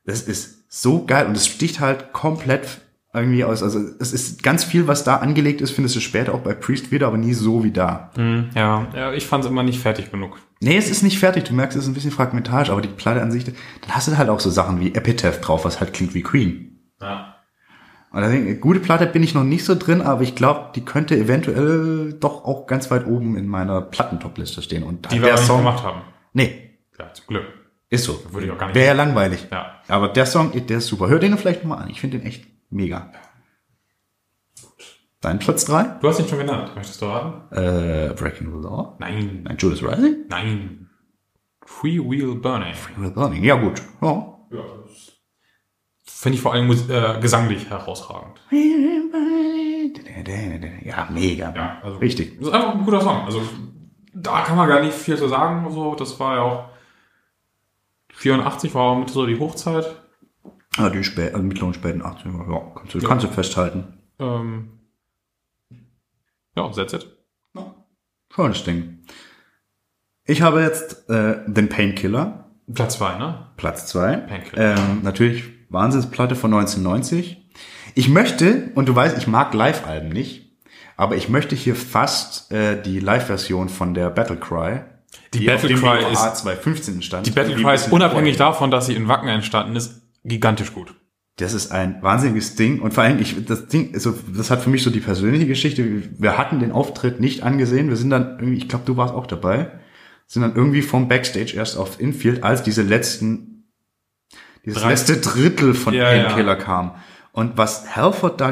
Speaker 3: Das ist so geil und es sticht halt komplett irgendwie aus. Also es ist ganz viel, was da angelegt ist, findest du später auch bei Priest wieder, aber nie so wie da.
Speaker 2: Hm, ja. ja, ich fand es immer nicht fertig genug.
Speaker 3: Nee, es ist nicht fertig. Du merkst, es ist ein bisschen fragmentarisch, aber die Platte an sich, dann hast du halt auch so Sachen wie Epitaph drauf, was halt klingt wie Queen.
Speaker 2: Ja.
Speaker 3: Und deswegen, gute Platte bin ich noch nicht so drin, aber ich glaube, die könnte eventuell doch auch ganz weit oben in meiner Plattentopliste stehen. Und
Speaker 2: Die wir
Speaker 3: der
Speaker 2: aber nicht
Speaker 3: Song,
Speaker 2: gemacht haben.
Speaker 3: nee,
Speaker 2: Ja, zum Glück.
Speaker 3: ist so.
Speaker 2: Würde ich auch gar nicht.
Speaker 3: Wäre ja langweilig.
Speaker 2: Ja.
Speaker 3: Aber der Song, der ist super. Hör den vielleicht nochmal an. Ich finde den echt mega. Dein Platz 3?
Speaker 2: Du hast ihn schon genannt. Möchtest du raten?
Speaker 3: Äh, Breaking the Law.
Speaker 2: Nein.
Speaker 3: Nein, Judas Rising?
Speaker 2: Nein. Free Wheel Burning.
Speaker 3: Judas Rising. Ja, gut. Ja.
Speaker 2: Ja, das Finde ich vor allem mus- äh, gesanglich herausragend.
Speaker 3: Ja, mega.
Speaker 2: Ja, also
Speaker 3: Richtig.
Speaker 2: Das ist einfach ein guter Song. Also da kann man gar nicht viel zu sagen. So, das war ja auch 84 war mit so die Hochzeit.
Speaker 3: Ja, die spä also mittleren späten 80er. Ja, kannst du, kannst du festhalten.
Speaker 2: Ähm, ja, that's it.
Speaker 3: Schönes Ding. Ich habe jetzt äh, den Painkiller,
Speaker 2: Platz 2, ne?
Speaker 3: Platz 2.
Speaker 2: Painkiller.
Speaker 3: Ähm, natürlich Wahnsinnsplatte von 1990. Ich möchte, und du weißt, ich mag Live-Alben nicht, aber ich möchte hier fast äh, die Live-Version von der Battle Cry,
Speaker 2: Die Battle
Speaker 3: auf dem
Speaker 2: Cry
Speaker 3: BOA
Speaker 2: ist-
Speaker 3: 2015 stand.
Speaker 2: Die Battle Cry ist unabhängig davon, dass sie in Wacken entstanden ist, gigantisch gut.
Speaker 3: Das ist ein wahnsinniges Ding. Und vor allem, ich, das Ding, also, das hat für mich so die persönliche Geschichte. Wir hatten den Auftritt nicht angesehen. Wir sind dann irgendwie, ich glaube, du warst auch dabei, sind dann irgendwie vom Backstage erst auf Infield, als diese letzten, dieses
Speaker 2: Drei-
Speaker 3: letzte Drittel von
Speaker 2: Ja, ja.
Speaker 3: Painkiller kam. Und was Halford da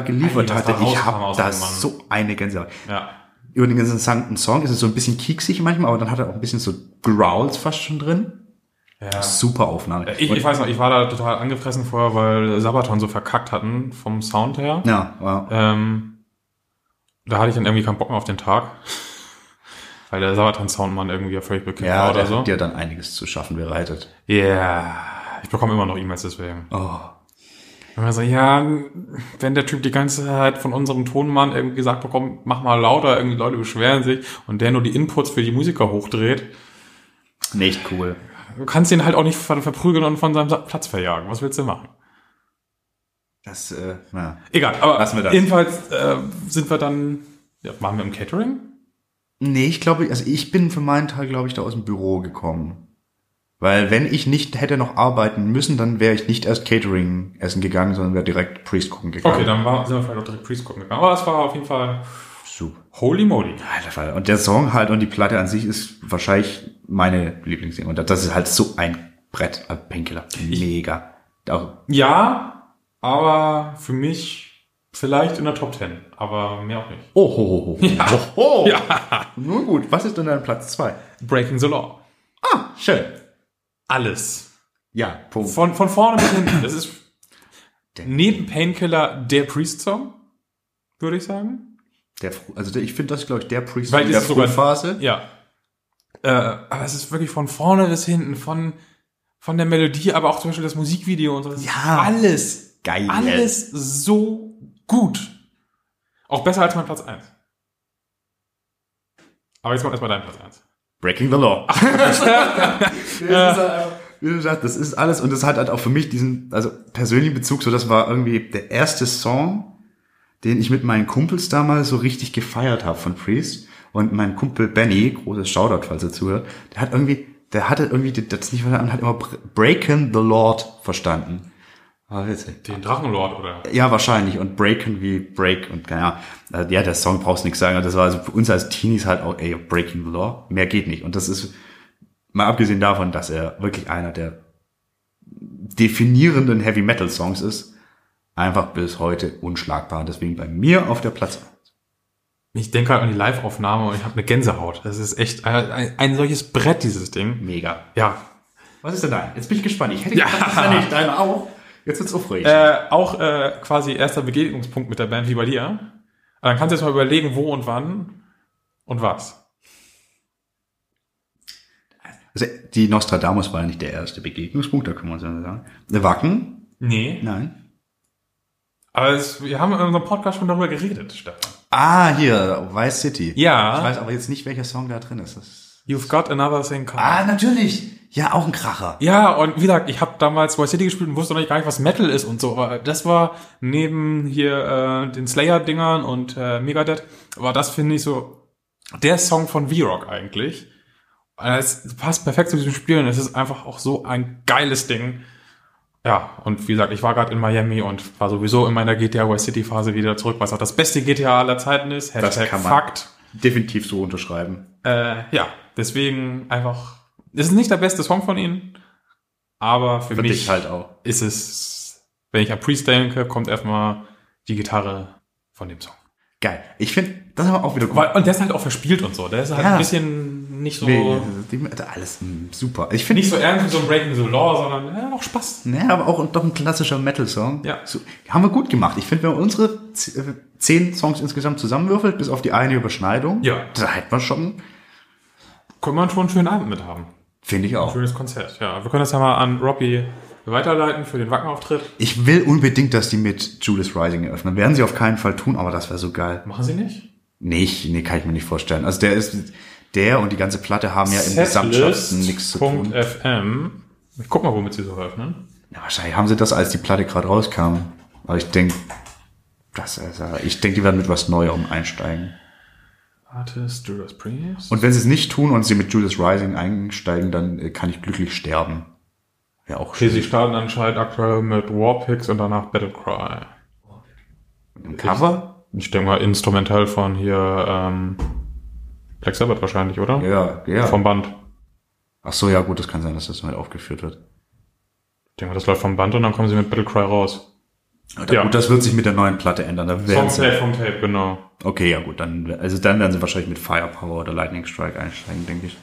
Speaker 2: Ey,
Speaker 3: geliefert
Speaker 2: was
Speaker 3: hatte,
Speaker 2: da
Speaker 3: ich
Speaker 2: rauskam
Speaker 3: habe
Speaker 2: aus
Speaker 3: da
Speaker 2: dem Mann.
Speaker 3: so eine Gänsehaut.
Speaker 2: Ja.
Speaker 3: Über den gesamten Song ist es so ein bisschen kieksig manchmal, aber dann hat er auch ein bisschen so Growls fast schon drin.
Speaker 2: ja.
Speaker 3: Super Aufnahme.
Speaker 2: Ich,
Speaker 3: Und-
Speaker 2: ich weiß noch, ich war da total angefressen vorher, weil Sabaton so verkackt hatten vom Sound her.
Speaker 3: ja, ja.
Speaker 2: Ähm, da hatte ich dann irgendwie keinen Bock mehr auf den Tag. Weil der Sabaton-Soundmann irgendwie ja völlig bekannt
Speaker 3: Ja,
Speaker 2: war Genau,
Speaker 3: oder
Speaker 2: oder
Speaker 3: der
Speaker 2: so.
Speaker 3: hat dir dann einiges zu schaffen bereitet.
Speaker 2: Ja. Ich bekomme immer noch E-Mails deswegen.
Speaker 3: Oh.
Speaker 2: Und man so, ja, wenn der Typ die ganze Zeit von unserem Tonmann irgendwie gesagt bekommt, mach mal lauter, irgendwie Leute beschweren sich und der nur die Inputs für die Musiker hochdreht,
Speaker 3: Nicht cool.
Speaker 2: du kannst ihn halt auch nicht ver verprügeln und von seinem Sa- Platz verjagen. Was willst du machen?
Speaker 3: Das, äh, na.
Speaker 2: Egal, aber
Speaker 3: Lassen wir das.
Speaker 2: jedenfalls äh, sind wir dann, ja, waren wir im Catering?
Speaker 3: Nee, ich glaube, also ich bin für meinen Teil, glaube ich, da aus dem Büro gekommen. Weil wenn ich nicht hätte noch arbeiten müssen, dann wäre ich nicht erst Catering essen gegangen, sondern wäre direkt Priest gucken gegangen.
Speaker 2: Okay, dann war, sind wir vielleicht auch direkt Priest gucken gegangen. Aber es war auf jeden Fall
Speaker 3: Super.
Speaker 2: holy moly.
Speaker 3: Alter Fall. Und der Song halt und die Platte an sich ist wahrscheinlich meine Lieblingsding. Und das ist halt so ein Brett, ein Painkiller. Mega. Auch
Speaker 2: Ja, aber für mich vielleicht in der Top 10, aber mehr auch nicht.
Speaker 3: Oh, ho, ho, ho.
Speaker 2: Ja.
Speaker 3: Oho.
Speaker 2: Ja.
Speaker 3: Nun gut, was ist denn dein Platz zwei?
Speaker 2: Breaking the Law.
Speaker 3: Ah, schön.
Speaker 2: Alles.
Speaker 3: Ja, Punkt.
Speaker 2: Von, von vorne bis hinten. Das ist neben Painkiller der Priest-Song, würde ich sagen.
Speaker 3: Der, Fr- also der, ich finde das, glaube ich, der Priest
Speaker 2: Weil
Speaker 3: in
Speaker 2: es
Speaker 3: der
Speaker 2: ist sogar-
Speaker 3: Frühphase.
Speaker 2: Ja. Äh, aber es ist wirklich von vorne bis hinten, von, von der Melodie, aber auch zum Beispiel das Musikvideo und so. Das
Speaker 3: Ja.
Speaker 2: Ist alles.
Speaker 3: Geil.
Speaker 2: Alles so gut. Auch besser als mein Platz 1. Aber jetzt kommt erstmal dein Platz 1.
Speaker 3: Breaking the Law. das ist halt, wie du sagst, das ist alles und das hat halt auch für mich diesen, also persönlichen Bezug, so das war irgendwie der erste Song, den ich mit meinen Kumpels damals so richtig gefeiert habe von Priest. Und mein Kumpel Benny, großes Shoutout, falls er zuhört, der hat irgendwie, der hatte irgendwie, das nicht verstanden, hat immer Bre- Breaking the Lord verstanden. War witzig.
Speaker 2: Den Drachenlord, oder?
Speaker 3: Ja, wahrscheinlich. Und Breaken wie Break und keine Ahnung. Ja, der Song brauchst nix sagen. Das war also für uns als Teenies halt auch, ey, Breaking the Law. Mehr geht nicht. Und das ist, mal abgesehen davon, dass er wirklich einer der definierenden Heavy Metal Songs ist, einfach bis heute unschlagbar. Deswegen bei mir auf der Platz.
Speaker 2: Ich denke halt an die Live-Aufnahme und ich habe eine Gänsehaut. Das ist echt ein, ein, ein solches Brett, dieses Ding.
Speaker 3: Mega.
Speaker 2: Ja.
Speaker 3: Was ist denn dein? Jetzt bin ich gespannt. Ich hätte
Speaker 2: Ja.
Speaker 3: gedacht, das ist ja nicht deiner auch. Jetzt wird's aufregend.
Speaker 2: Äh, auch äh, quasi erster Begegnungspunkt mit der Band wie bei dir. Aber dann kannst du jetzt mal überlegen, wo und wann und was.
Speaker 3: Also, die Nostradamus war ja nicht der erste Begegnungspunkt, da können wir uns ja sagen. Wacken?
Speaker 2: Nee.
Speaker 3: Nein.
Speaker 2: Aber es, wir haben in unserem Podcast schon darüber geredet, Stefan.
Speaker 3: Ah, hier, Vice City.
Speaker 2: Ja.
Speaker 3: Ich weiß aber jetzt nicht, welcher Song da drin ist. Das
Speaker 2: You've got another thing coming.
Speaker 3: natürlich. Ja, auch ein Kracher.
Speaker 2: Ah, Ja, und wie gesagt, ich habe damals Vice City gespielt und wusste noch nicht gar nicht, was Metal ist und so. Aber das war neben hier äh, den Slayer-Dingern und äh, Megadeth, war das, finde ich, so der Song von V-Rock eigentlich. Und Es passt perfekt zu diesem Spiel und es ist einfach auch so ein geiles Ding. Ja, und wie gesagt, ich war gerade in Miami und war sowieso in meiner GTA Vice City Phase wieder zurück, was auch das beste GTA aller Zeiten ist.
Speaker 3: Das
Speaker 2: Hashtag
Speaker 3: kann man.
Speaker 2: Fakt.
Speaker 3: Definitiv so unterschreiben.
Speaker 2: Äh, ja, deswegen einfach. Es ist nicht der beste Song von ihnen, aber für,
Speaker 3: Für
Speaker 2: mich
Speaker 3: dich halt auch.
Speaker 2: ist es, wenn ich an Priest denke, kommt erstmal die Gitarre von dem Song.
Speaker 3: Geil. Ich finde, das haben wir auch wieder gut.
Speaker 2: Weil, und der ist halt auch verspielt und so. Der ist halt
Speaker 3: Ja.
Speaker 2: ein bisschen nicht so,
Speaker 3: Nee, die- alles mm, super. Ich finde
Speaker 2: Oh. nicht so ernst wie so ein Breaking the Law, sondern ja, auch Spaß.
Speaker 3: Naja, aber auch doch ein klassischer Metal-Song.
Speaker 2: Ja.
Speaker 3: So, haben wir gut gemacht. Ich finde, wenn man unsere z- äh, zehn Songs insgesamt zusammenwürfelt, bis auf die eine Überschneidung,
Speaker 2: Ja.
Speaker 3: da hätten wir schon,
Speaker 2: Kann man schon einen schönen Abend mit haben.
Speaker 3: finde ich auch.
Speaker 2: Schönes Konzert. Ja, wir können das ja mal an Robbie weiterleiten für den Wackenauftritt.
Speaker 3: Ich will unbedingt, dass die mit Judas Rising eröffnen. Werden sie auf keinen Fall tun, aber das wäre so geil.
Speaker 2: Machen sie nicht?
Speaker 3: Nicht, nee, kann ich mir nicht vorstellen. Also der ist, der und die ganze Platte haben ja im Gesamtschaften nichts zu tun.
Speaker 2: Setlist.fm. Ich guck mal, womit sie so eröffnen.
Speaker 3: Ja, wahrscheinlich haben sie das, als die Platte gerade rauskam. Aber ich denke, das, also, ich denke, die werden mit was Neuem einsteigen.
Speaker 2: Artist Judas Priest.
Speaker 3: Und wenn sie es nicht tun und sie mit Judas Rising einsteigen, dann äh, kann ich glücklich sterben. Ja, auch
Speaker 2: Okay,
Speaker 3: schön.
Speaker 2: sie starten anscheinend aktuell mit Warpix und danach Battlecry.
Speaker 3: Im Cover?
Speaker 2: Ich denke mal instrumental von hier ähm, Black Sabbath wahrscheinlich, oder?
Speaker 3: Ja, ja.
Speaker 2: Vom Band. Ich
Speaker 3: Ach so, ja, gut, das kann sein, dass das mal aufgeführt wird.
Speaker 2: denke mal, das läuft vom Band und dann kommen sie mit Battlecry raus.
Speaker 3: Oder,
Speaker 2: Ja.
Speaker 3: Gut, das wird sich mit der neuen Platte ändern. Da
Speaker 2: Vom
Speaker 3: werden sie,
Speaker 2: Tape, vom Tape, genau.
Speaker 3: okay, ja, gut, dann, also dann werden sie wahrscheinlich mit Firepower oder Lightning Strike einsteigen, denke ich.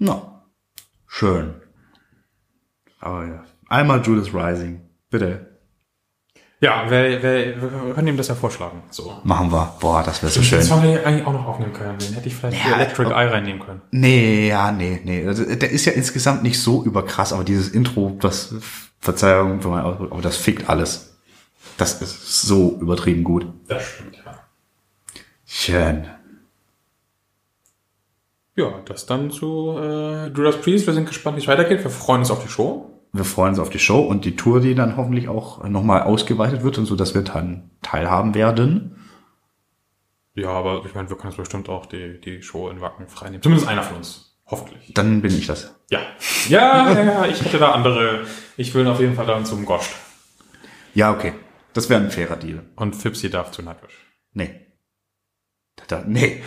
Speaker 3: Na, schön. Aber ja, einmal Judas Rising. Bitte.
Speaker 2: Ja, wer, wer, wir können ihm das ja vorschlagen. So.
Speaker 3: Machen wir. Boah, das wäre so
Speaker 2: Den
Speaker 3: schön.
Speaker 2: Song hätte ich eigentlich auch noch aufnehmen können. Den hätte ich vielleicht für
Speaker 3: Ja,
Speaker 2: Electric
Speaker 3: ob-
Speaker 2: Eye reinnehmen können.
Speaker 3: Nee, ja, nee, nee. Also, Der ist ja insgesamt nicht so überkrass, aber dieses Intro, das, Verzeihung für mein Ausdruck, aber das fickt alles. Das ist so übertrieben gut.
Speaker 2: Das stimmt, ja.
Speaker 3: Schön.
Speaker 2: Ja, das dann zu äh, Judas Priest. Wir sind gespannt, wie es weitergeht. Wir freuen uns auf die Show.
Speaker 3: Wir freuen uns auf die Show und die Tour, die dann hoffentlich auch nochmal ausgeweitet wird und so, dass wir dann teilhaben werden.
Speaker 2: Ja, aber ich meine, wir können jetzt bestimmt auch die, die Show in Wacken freinehmen. Zumindest einer von uns. Hoffentlich.
Speaker 3: Dann bin ich das.
Speaker 2: Ja. Ja, ja, ja, ich hätte da andere. Ich will auf jeden Fall dann zum Gosch.
Speaker 3: Ja, okay. Das wäre ein fairer Deal.
Speaker 2: Und Fipsi darf zu Nightwish.
Speaker 3: Nee. Da, da, nee.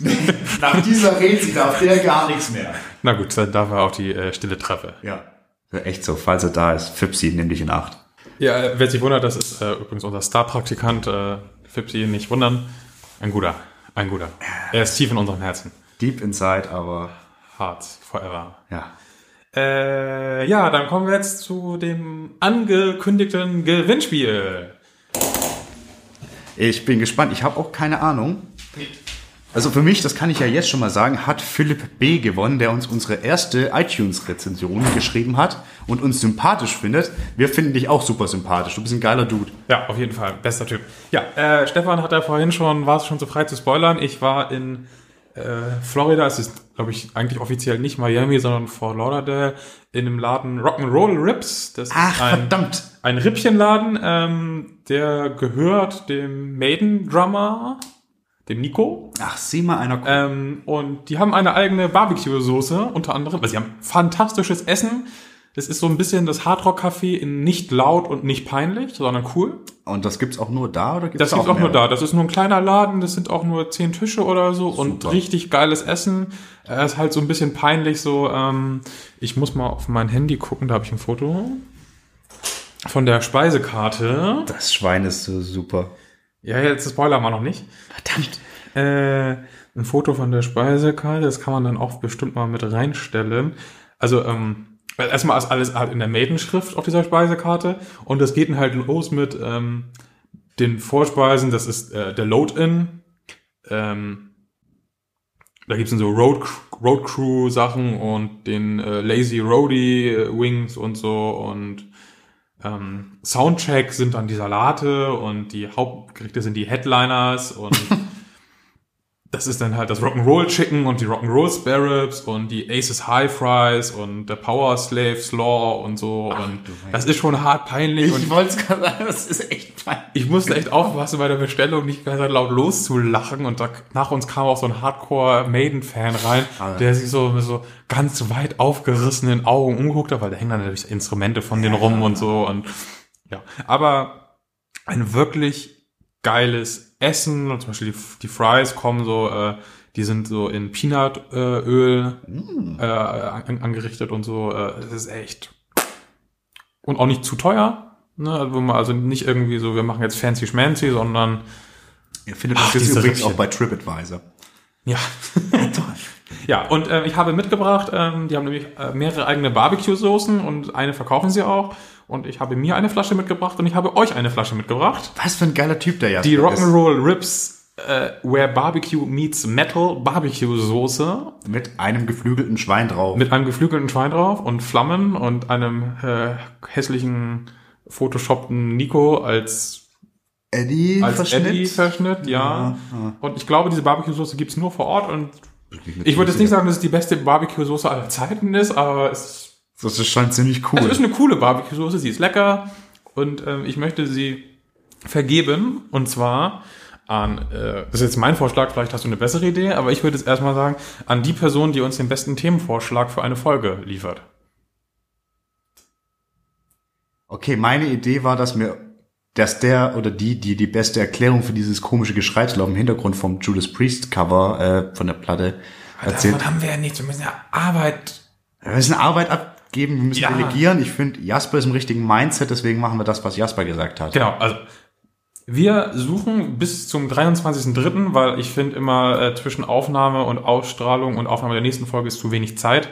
Speaker 3: Nach dieser Rede darf der gar nichts mehr.
Speaker 2: Na gut, dann darf er auch die äh, stille Treppe.
Speaker 3: Ja. Echt so, falls er da ist, Fipsi, nimm dich in Acht.
Speaker 2: Ja, äh, wer sich wundert, das ist äh, übrigens unser Star-Praktikant. Äh, Fipsi, nicht wundern. Ein guter. Ein guter. Er ist tief in unserem Herzen.
Speaker 3: Deep inside, aber
Speaker 2: Hart. Forever.
Speaker 3: ja.
Speaker 2: Äh, ja, dann kommen wir jetzt zu dem angekündigten Gewinnspiel.
Speaker 3: Ich bin gespannt. Ich habe auch keine Ahnung. Also für mich, das kann ich ja jetzt schon mal sagen, hat Philipp B. gewonnen, der uns unsere erste iTunes-Rezension geschrieben hat und uns sympathisch findet. Wir finden dich auch super sympathisch. Du bist ein geiler Dude.
Speaker 2: Ja, auf jeden Fall. Bester Typ. Ja, äh, Stefan hat ja vorhin schon, war es schon zu frei zu spoilern. Ich war in äh, Florida, es ist, glaube ich, eigentlich offiziell nicht Miami, sondern Fort Lauderdale, in einem Laden Rock'n'Roll Rips. Das
Speaker 3: Ach,
Speaker 2: ist ein,
Speaker 3: verdammt.
Speaker 2: ein Rippchenladen, ähm, der gehört dem Maiden-Drummer, dem Nico.
Speaker 3: Ach, sieh mal einer. Äh,
Speaker 2: Ähm, und die haben eine eigene Barbecue-Soße, unter anderem. Also sie haben fantastisches Essen. Das ist so ein bisschen das Hardrock-Café in nicht laut und nicht peinlich, sondern cool.
Speaker 3: und das gibt's auch nur da oder gibt's
Speaker 2: Das gibt's auch nur
Speaker 3: mehr?
Speaker 2: da. Das ist nur ein kleiner Laden, das sind auch nur zehn Tische oder so und
Speaker 3: Super.
Speaker 2: richtig geiles Essen. Äh, ist halt so ein bisschen peinlich, so, ähm, ich muss mal auf mein Handy gucken, da habe ich ein Foto. Von der Speisekarte.
Speaker 3: Das Schwein ist so super.
Speaker 2: Ja, jetzt spoilern wir noch nicht.
Speaker 3: Verdammt.
Speaker 2: Äh, ein Foto von der Speisekarte, das kann man dann auch bestimmt mal mit reinstellen. Also, ähm, weil erstmal ist alles halt in der Maiden-Schrift auf dieser Speisekarte und das geht dann halt los mit ähm, den Vorspeisen, das ist äh, der Load-In. Ähm, da gibt's dann so Road, Road Crew-Sachen und den äh, Lazy Roadie äh, Wings und so und ähm, Soundcheck sind dann die Salate und die Hauptgerichte sind die Headliners und das ist dann halt das Rock'n'Roll Chicken und die Rock'n'Roll Spare Ribs und die Aces High Fries und der Power Slave Slaw und so. und das ist schon hart peinlich. und
Speaker 4: Ich wollte es gerade sagen, das ist echt fein.
Speaker 2: ich musste echt aufpassen bei der Bestellung, nicht ganz laut loszulachen. Und da, nach uns kam auch so ein Hardcore-Maiden-Fan rein, der sich so mit so ganz weit aufgerissenen Augen umguckt hat, weil da hängen dann natürlich Instrumente von denen rum und so. Und ja, aber ein wirklich geiles Essen. Und Zum Beispiel die, die Fries kommen so, äh, die sind so in Peanutöl äh, Öl, äh, an, angerichtet und so. Äh, es ist echt und auch nicht zu teuer. Ne? Also, man- also nicht irgendwie so, wir machen jetzt fancy schmancy, sondern
Speaker 3: Ihr findet
Speaker 2: Ach,
Speaker 3: das jetzt
Speaker 2: diese
Speaker 3: übrigens
Speaker 2: Rippchen.
Speaker 3: auch bei TripAdvisor.
Speaker 2: ja. ja, und äh, ich habe mitgebracht, ähm, die haben nämlich äh, mehrere eigene Barbecue-Soßen und eine verkaufen sie auch. Und ich habe mir eine Flasche mitgebracht und ich habe euch eine Flasche mitgebracht.
Speaker 3: Was für ein geiler Typ der Jasper
Speaker 2: Die
Speaker 3: ist.
Speaker 2: Rock'n'Roll Ribs äh, Where Barbecue Meets Metal Barbecue-Soße
Speaker 3: Mit einem geflügelten Schwein drauf.
Speaker 2: mit einem geflügelten Schwein drauf und Flammen und einem äh, hässlichen photoshoppten Nico als
Speaker 3: Eddie
Speaker 2: als Eddie-Verschnitt, ja. Und ich glaube, diese Barbecue-Soße gibt's nur vor Ort. Und ich würde jetzt nicht sagen, dass es die beste Barbecue-Soße aller Zeiten ist, aber es,
Speaker 3: Das ist schon ziemlich cool.
Speaker 2: Also es ist eine coole Barbecue-Soße. Sie ist lecker und ähm, ich möchte sie vergeben. Und zwar an, äh, das ist jetzt mein Vorschlag, vielleicht hast du eine bessere Idee, aber ich würde jetzt erstmal sagen, an die Person, die uns den besten Themenvorschlag für eine Folge liefert.
Speaker 3: Okay, meine Idee war, dass mir, dass der oder die, die die beste Erklärung für dieses komische Geschreitslauf im Hintergrund vom Judas Priest Cover äh, von der Platte erzählt.
Speaker 2: Davon haben wir ja nichts. Wir müssen ja Arbeit.
Speaker 3: Wir müssen Arbeit abgeben, wir müssen
Speaker 2: Ja.
Speaker 3: delegieren. Ich finde, Jasper ist im richtigen Mindset, deswegen machen wir das, was Jasper gesagt hat.
Speaker 2: Genau, also wir suchen bis zum 23.03., weil ich finde immer äh, zwischen Aufnahme und Ausstrahlung und Aufnahme der nächsten Folge ist zu wenig Zeit.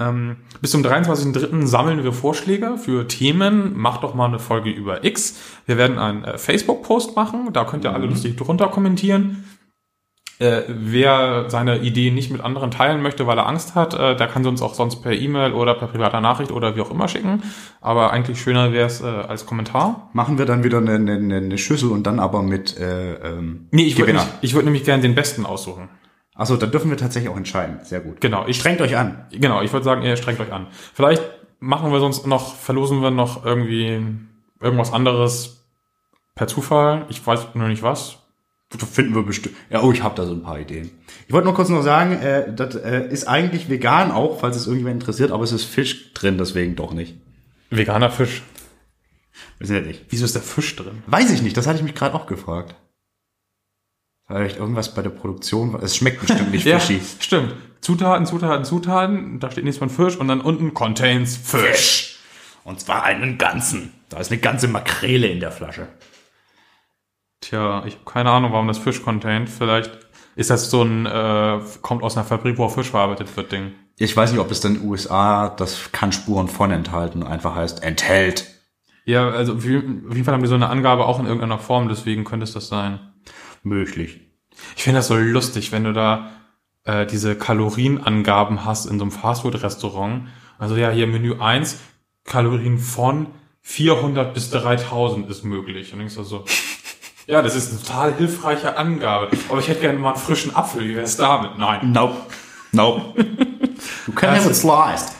Speaker 2: Ähm, bis zum 23.03. sammeln wir Vorschläge für Themen. Macht doch mal eine Folge über X. Wir werden einen äh, Facebook-Post machen. Da könnt ihr alle lustig drunter kommentieren. Äh, wer seine Idee nicht mit anderen teilen möchte, weil er Angst hat, äh, der kann sie uns auch sonst per E-Mail oder per privater Nachricht oder wie auch immer schicken. Aber eigentlich schöner wäre es äh, als Kommentar.
Speaker 3: Machen wir dann wieder eine, eine, eine Schüssel und dann aber mit äh, ähm,
Speaker 2: Nee, ich würde
Speaker 3: Gewinner.
Speaker 2: nämlich, ich würd nämlich gerne den Besten aussuchen.
Speaker 3: Achso, dann dürfen wir tatsächlich auch entscheiden. Sehr gut.
Speaker 2: Genau, ich,
Speaker 3: Strengt euch an.
Speaker 2: genau, ich würde sagen, ihr strengt euch an. Vielleicht machen wir sonst noch, verlosen wir noch irgendwie irgendwas anderes per Zufall. Ich weiß nur nicht was.
Speaker 3: Das finden wir bestimmt. Ja, oh, ich habe da so ein paar Ideen. Ich wollte nur kurz noch sagen, äh, das äh, ist eigentlich vegan auch, falls es irgendwer interessiert, aber es ist Fisch drin, deswegen doch nicht.
Speaker 2: Veganer Fisch.
Speaker 3: Wissen wir nicht.
Speaker 2: Wieso ist der Fisch drin?
Speaker 3: Weiß ich nicht, das hatte ich mich gerade auch gefragt. Vielleicht irgendwas bei der Produktion. Es schmeckt bestimmt nicht
Speaker 2: Ja,
Speaker 3: fishy.
Speaker 2: stimmt. Zutaten, Zutaten, Zutaten. Da steht nichts von Fisch und dann unten contains Fisch.
Speaker 3: Fisch. Und zwar einen ganzen. Da ist eine ganze Makrele in der Flasche.
Speaker 2: Tja, ich habe keine Ahnung, warum das Fisch containt. Vielleicht ist das so ein, äh, kommt aus einer Fabrik, wo auch Fisch verarbeitet wird, Ding.
Speaker 3: Ich weiß nicht, ob es dann in den USA, das kann Spuren von enthalten, einfach heißt enthält.
Speaker 2: Ja, also auf jeden auf jeden Fall haben die so eine Angabe auch in irgendeiner Form, deswegen könnte es das sein.
Speaker 3: Möglich.
Speaker 2: Ich finde das so lustig, wenn du da äh, diese Kalorienangaben hast in so einem Fastfood-Restaurant. Also ja, hier Menü 1, Kalorien von 400 bis 3000 ist möglich. Und denkst du so, ja, das ist eine total hilfreiche Angabe. Aber ich hätte gerne mal einen frischen Apfel, wie wär's damit? Nein.
Speaker 3: Nope. Nope. you can
Speaker 2: Das
Speaker 3: have it
Speaker 2: ist-
Speaker 3: sliced.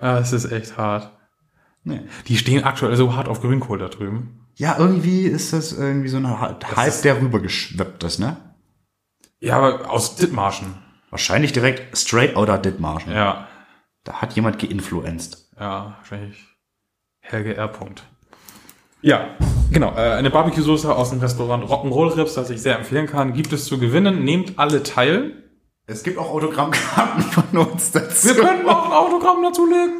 Speaker 2: Ah, Es ist echt hart.
Speaker 3: Nee.
Speaker 2: Die stehen aktuell so hart auf Grünkohl da drüben.
Speaker 3: Ja, irgendwie ist das irgendwie so ein Hype, Hype der rübergeschweppt ist, ne?
Speaker 2: Ja, aber aus Dithmarschen.
Speaker 3: Wahrscheinlich direkt straight outer Dithmarschen.
Speaker 2: Ja,
Speaker 3: Da hat jemand geinfluenced.
Speaker 2: Ja, wahrscheinlich Helge R. Punkt. Ja, genau. Äh, eine Barbecue-Soße aus dem Restaurant Rock'n'Roll Rips, das ich sehr empfehlen kann, gibt es zu gewinnen. Nehmt alle teil.
Speaker 3: Es gibt auch Autogrammkarten von uns dazu.
Speaker 2: Wir können auch ein Autogramm dazulegen.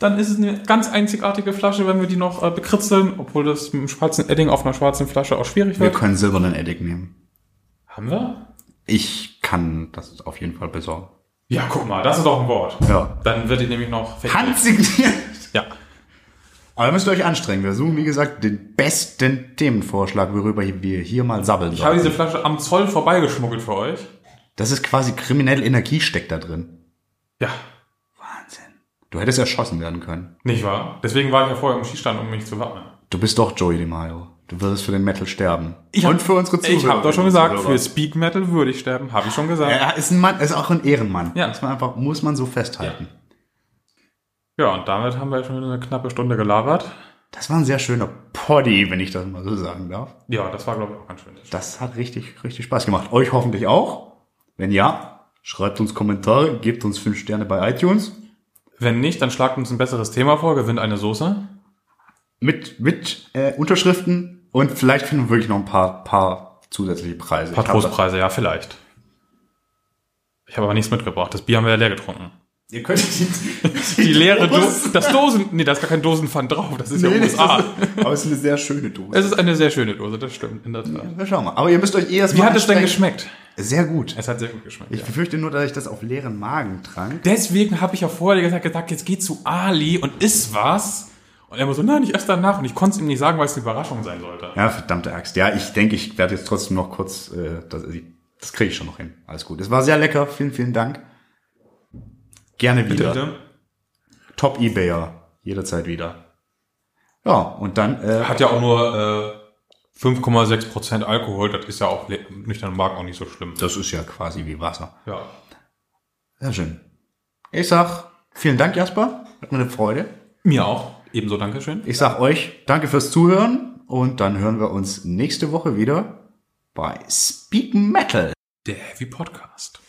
Speaker 2: Dann ist es eine ganz einzigartige Flasche, wenn wir die noch äh, bekritzeln, obwohl das mit dem schwarzen Edding auf einer schwarzen Flasche auch schwierig
Speaker 3: Wir
Speaker 2: wird.
Speaker 3: können silbernen Eddick nehmen.
Speaker 2: Haben wir?
Speaker 3: Ich kann das auf jeden Fall besorgen.
Speaker 2: Ja, guck mal, das ist doch ein Wort.
Speaker 3: Ja.
Speaker 2: Dann wird die nämlich noch
Speaker 3: Handsigniert.
Speaker 2: Ja.
Speaker 3: Aber müsst ihr euch anstrengen. Wir suchen, wie gesagt, den besten Themenvorschlag, worüber wir hier mal sabbeln
Speaker 2: Ich habe
Speaker 3: sollen.
Speaker 2: diese Flasche am Zoll vorbeigeschmuggelt für euch.
Speaker 3: Das ist quasi kriminelle Energie steckt da drin.
Speaker 2: Ja,
Speaker 3: Wahnsinn. Du hättest erschossen werden können.
Speaker 2: nicht wahr? Deswegen war ich ja vorher im Schießstand, um mich zu wappnen.
Speaker 3: Du bist doch Joey DeMaio. Du wirst für den Metal sterben.
Speaker 2: Ich hab-
Speaker 3: Und für unsere Zuhörer.
Speaker 2: Ich habe doch schon gesagt, für
Speaker 3: Zuhörer.
Speaker 2: Speak Metal würde ich sterben, habe ich schon gesagt.
Speaker 3: Er ist ein Mann, er ist auch ein Ehrenmann.
Speaker 2: Ja.
Speaker 3: Muss man einfach, muss man so festhalten.
Speaker 2: Ja, und damit haben wir schon eine knappe Stunde gelabert.
Speaker 3: Das war ein sehr schöner Poddy, wenn ich das mal so sagen darf.
Speaker 2: Ja, das war, glaube ich, auch ganz schön.
Speaker 3: Das hat richtig, richtig Spaß gemacht. Euch hoffentlich auch. Wenn ja, schreibt uns Kommentare, gebt uns fünf Sterne bei iTunes.
Speaker 2: Wenn nicht, dann schlagt uns ein besseres Thema vor, gewinnt eine Soße.
Speaker 3: Mit, mit äh, Unterschriften und vielleicht finden wir wirklich noch ein paar, paar zusätzliche Preise. Ich hab das-
Speaker 2: Patrospreise, ja, vielleicht. Ich habe aber nichts mitgebracht. Das Bier haben wir ja leer getrunken.
Speaker 3: Ihr könnt die,
Speaker 2: Die leere
Speaker 3: Dosen.
Speaker 2: Dose. Das Dosen. Nee, da ist gar kein Dosenpfand drauf. Das ist ja
Speaker 3: Nee, das ist,
Speaker 2: USA.
Speaker 3: aber es ist eine sehr schöne Dose.
Speaker 2: Es ist eine sehr schöne Dose, das stimmt, in der Tat.
Speaker 3: Na, Schau mal. Aber ihr müsst euch eh erstmal.
Speaker 2: Wie hat es denn
Speaker 3: anstrengen.
Speaker 2: geschmeckt?
Speaker 3: Sehr gut.
Speaker 2: Es hat sehr gut geschmeckt.
Speaker 3: Ich befürchte nur, dass ich das auf leeren Magen trank.
Speaker 2: Deswegen habe ich ja vorher gesagt, gesagt, jetzt geh zu Ali und iss was. Und er war so, nein, ich esse danach. Und ich konnte es ihm nicht sagen, weil es eine Überraschung sein sollte.
Speaker 3: Ja, verdammte Axt. Ja, ich denke, ich werde jetzt trotzdem noch kurz, äh, das, das kriege ich schon noch hin. Alles gut. Es war sehr lecker. Vielen, vielen Dank. Gerne wieder. Top Ebayer. Jederzeit wieder. Ja, und dann, äh,
Speaker 2: Hat ja auch nur äh, 5,6% Alkohol. Das ist ja auch le- nüchtern Magen auch nicht so schlimm.
Speaker 3: das ist ja quasi wie Wasser.
Speaker 2: Ja.
Speaker 3: Sehr schön. Ich sag, vielen Dank, Jasper. Hat mir eine Freude.
Speaker 2: Mir auch. Ebenso, Dankeschön.
Speaker 3: Ich sag euch, danke fürs Zuhören. Und dann hören wir uns nächste Woche wieder bei Speak Metal.
Speaker 2: Der Heavy Podcast.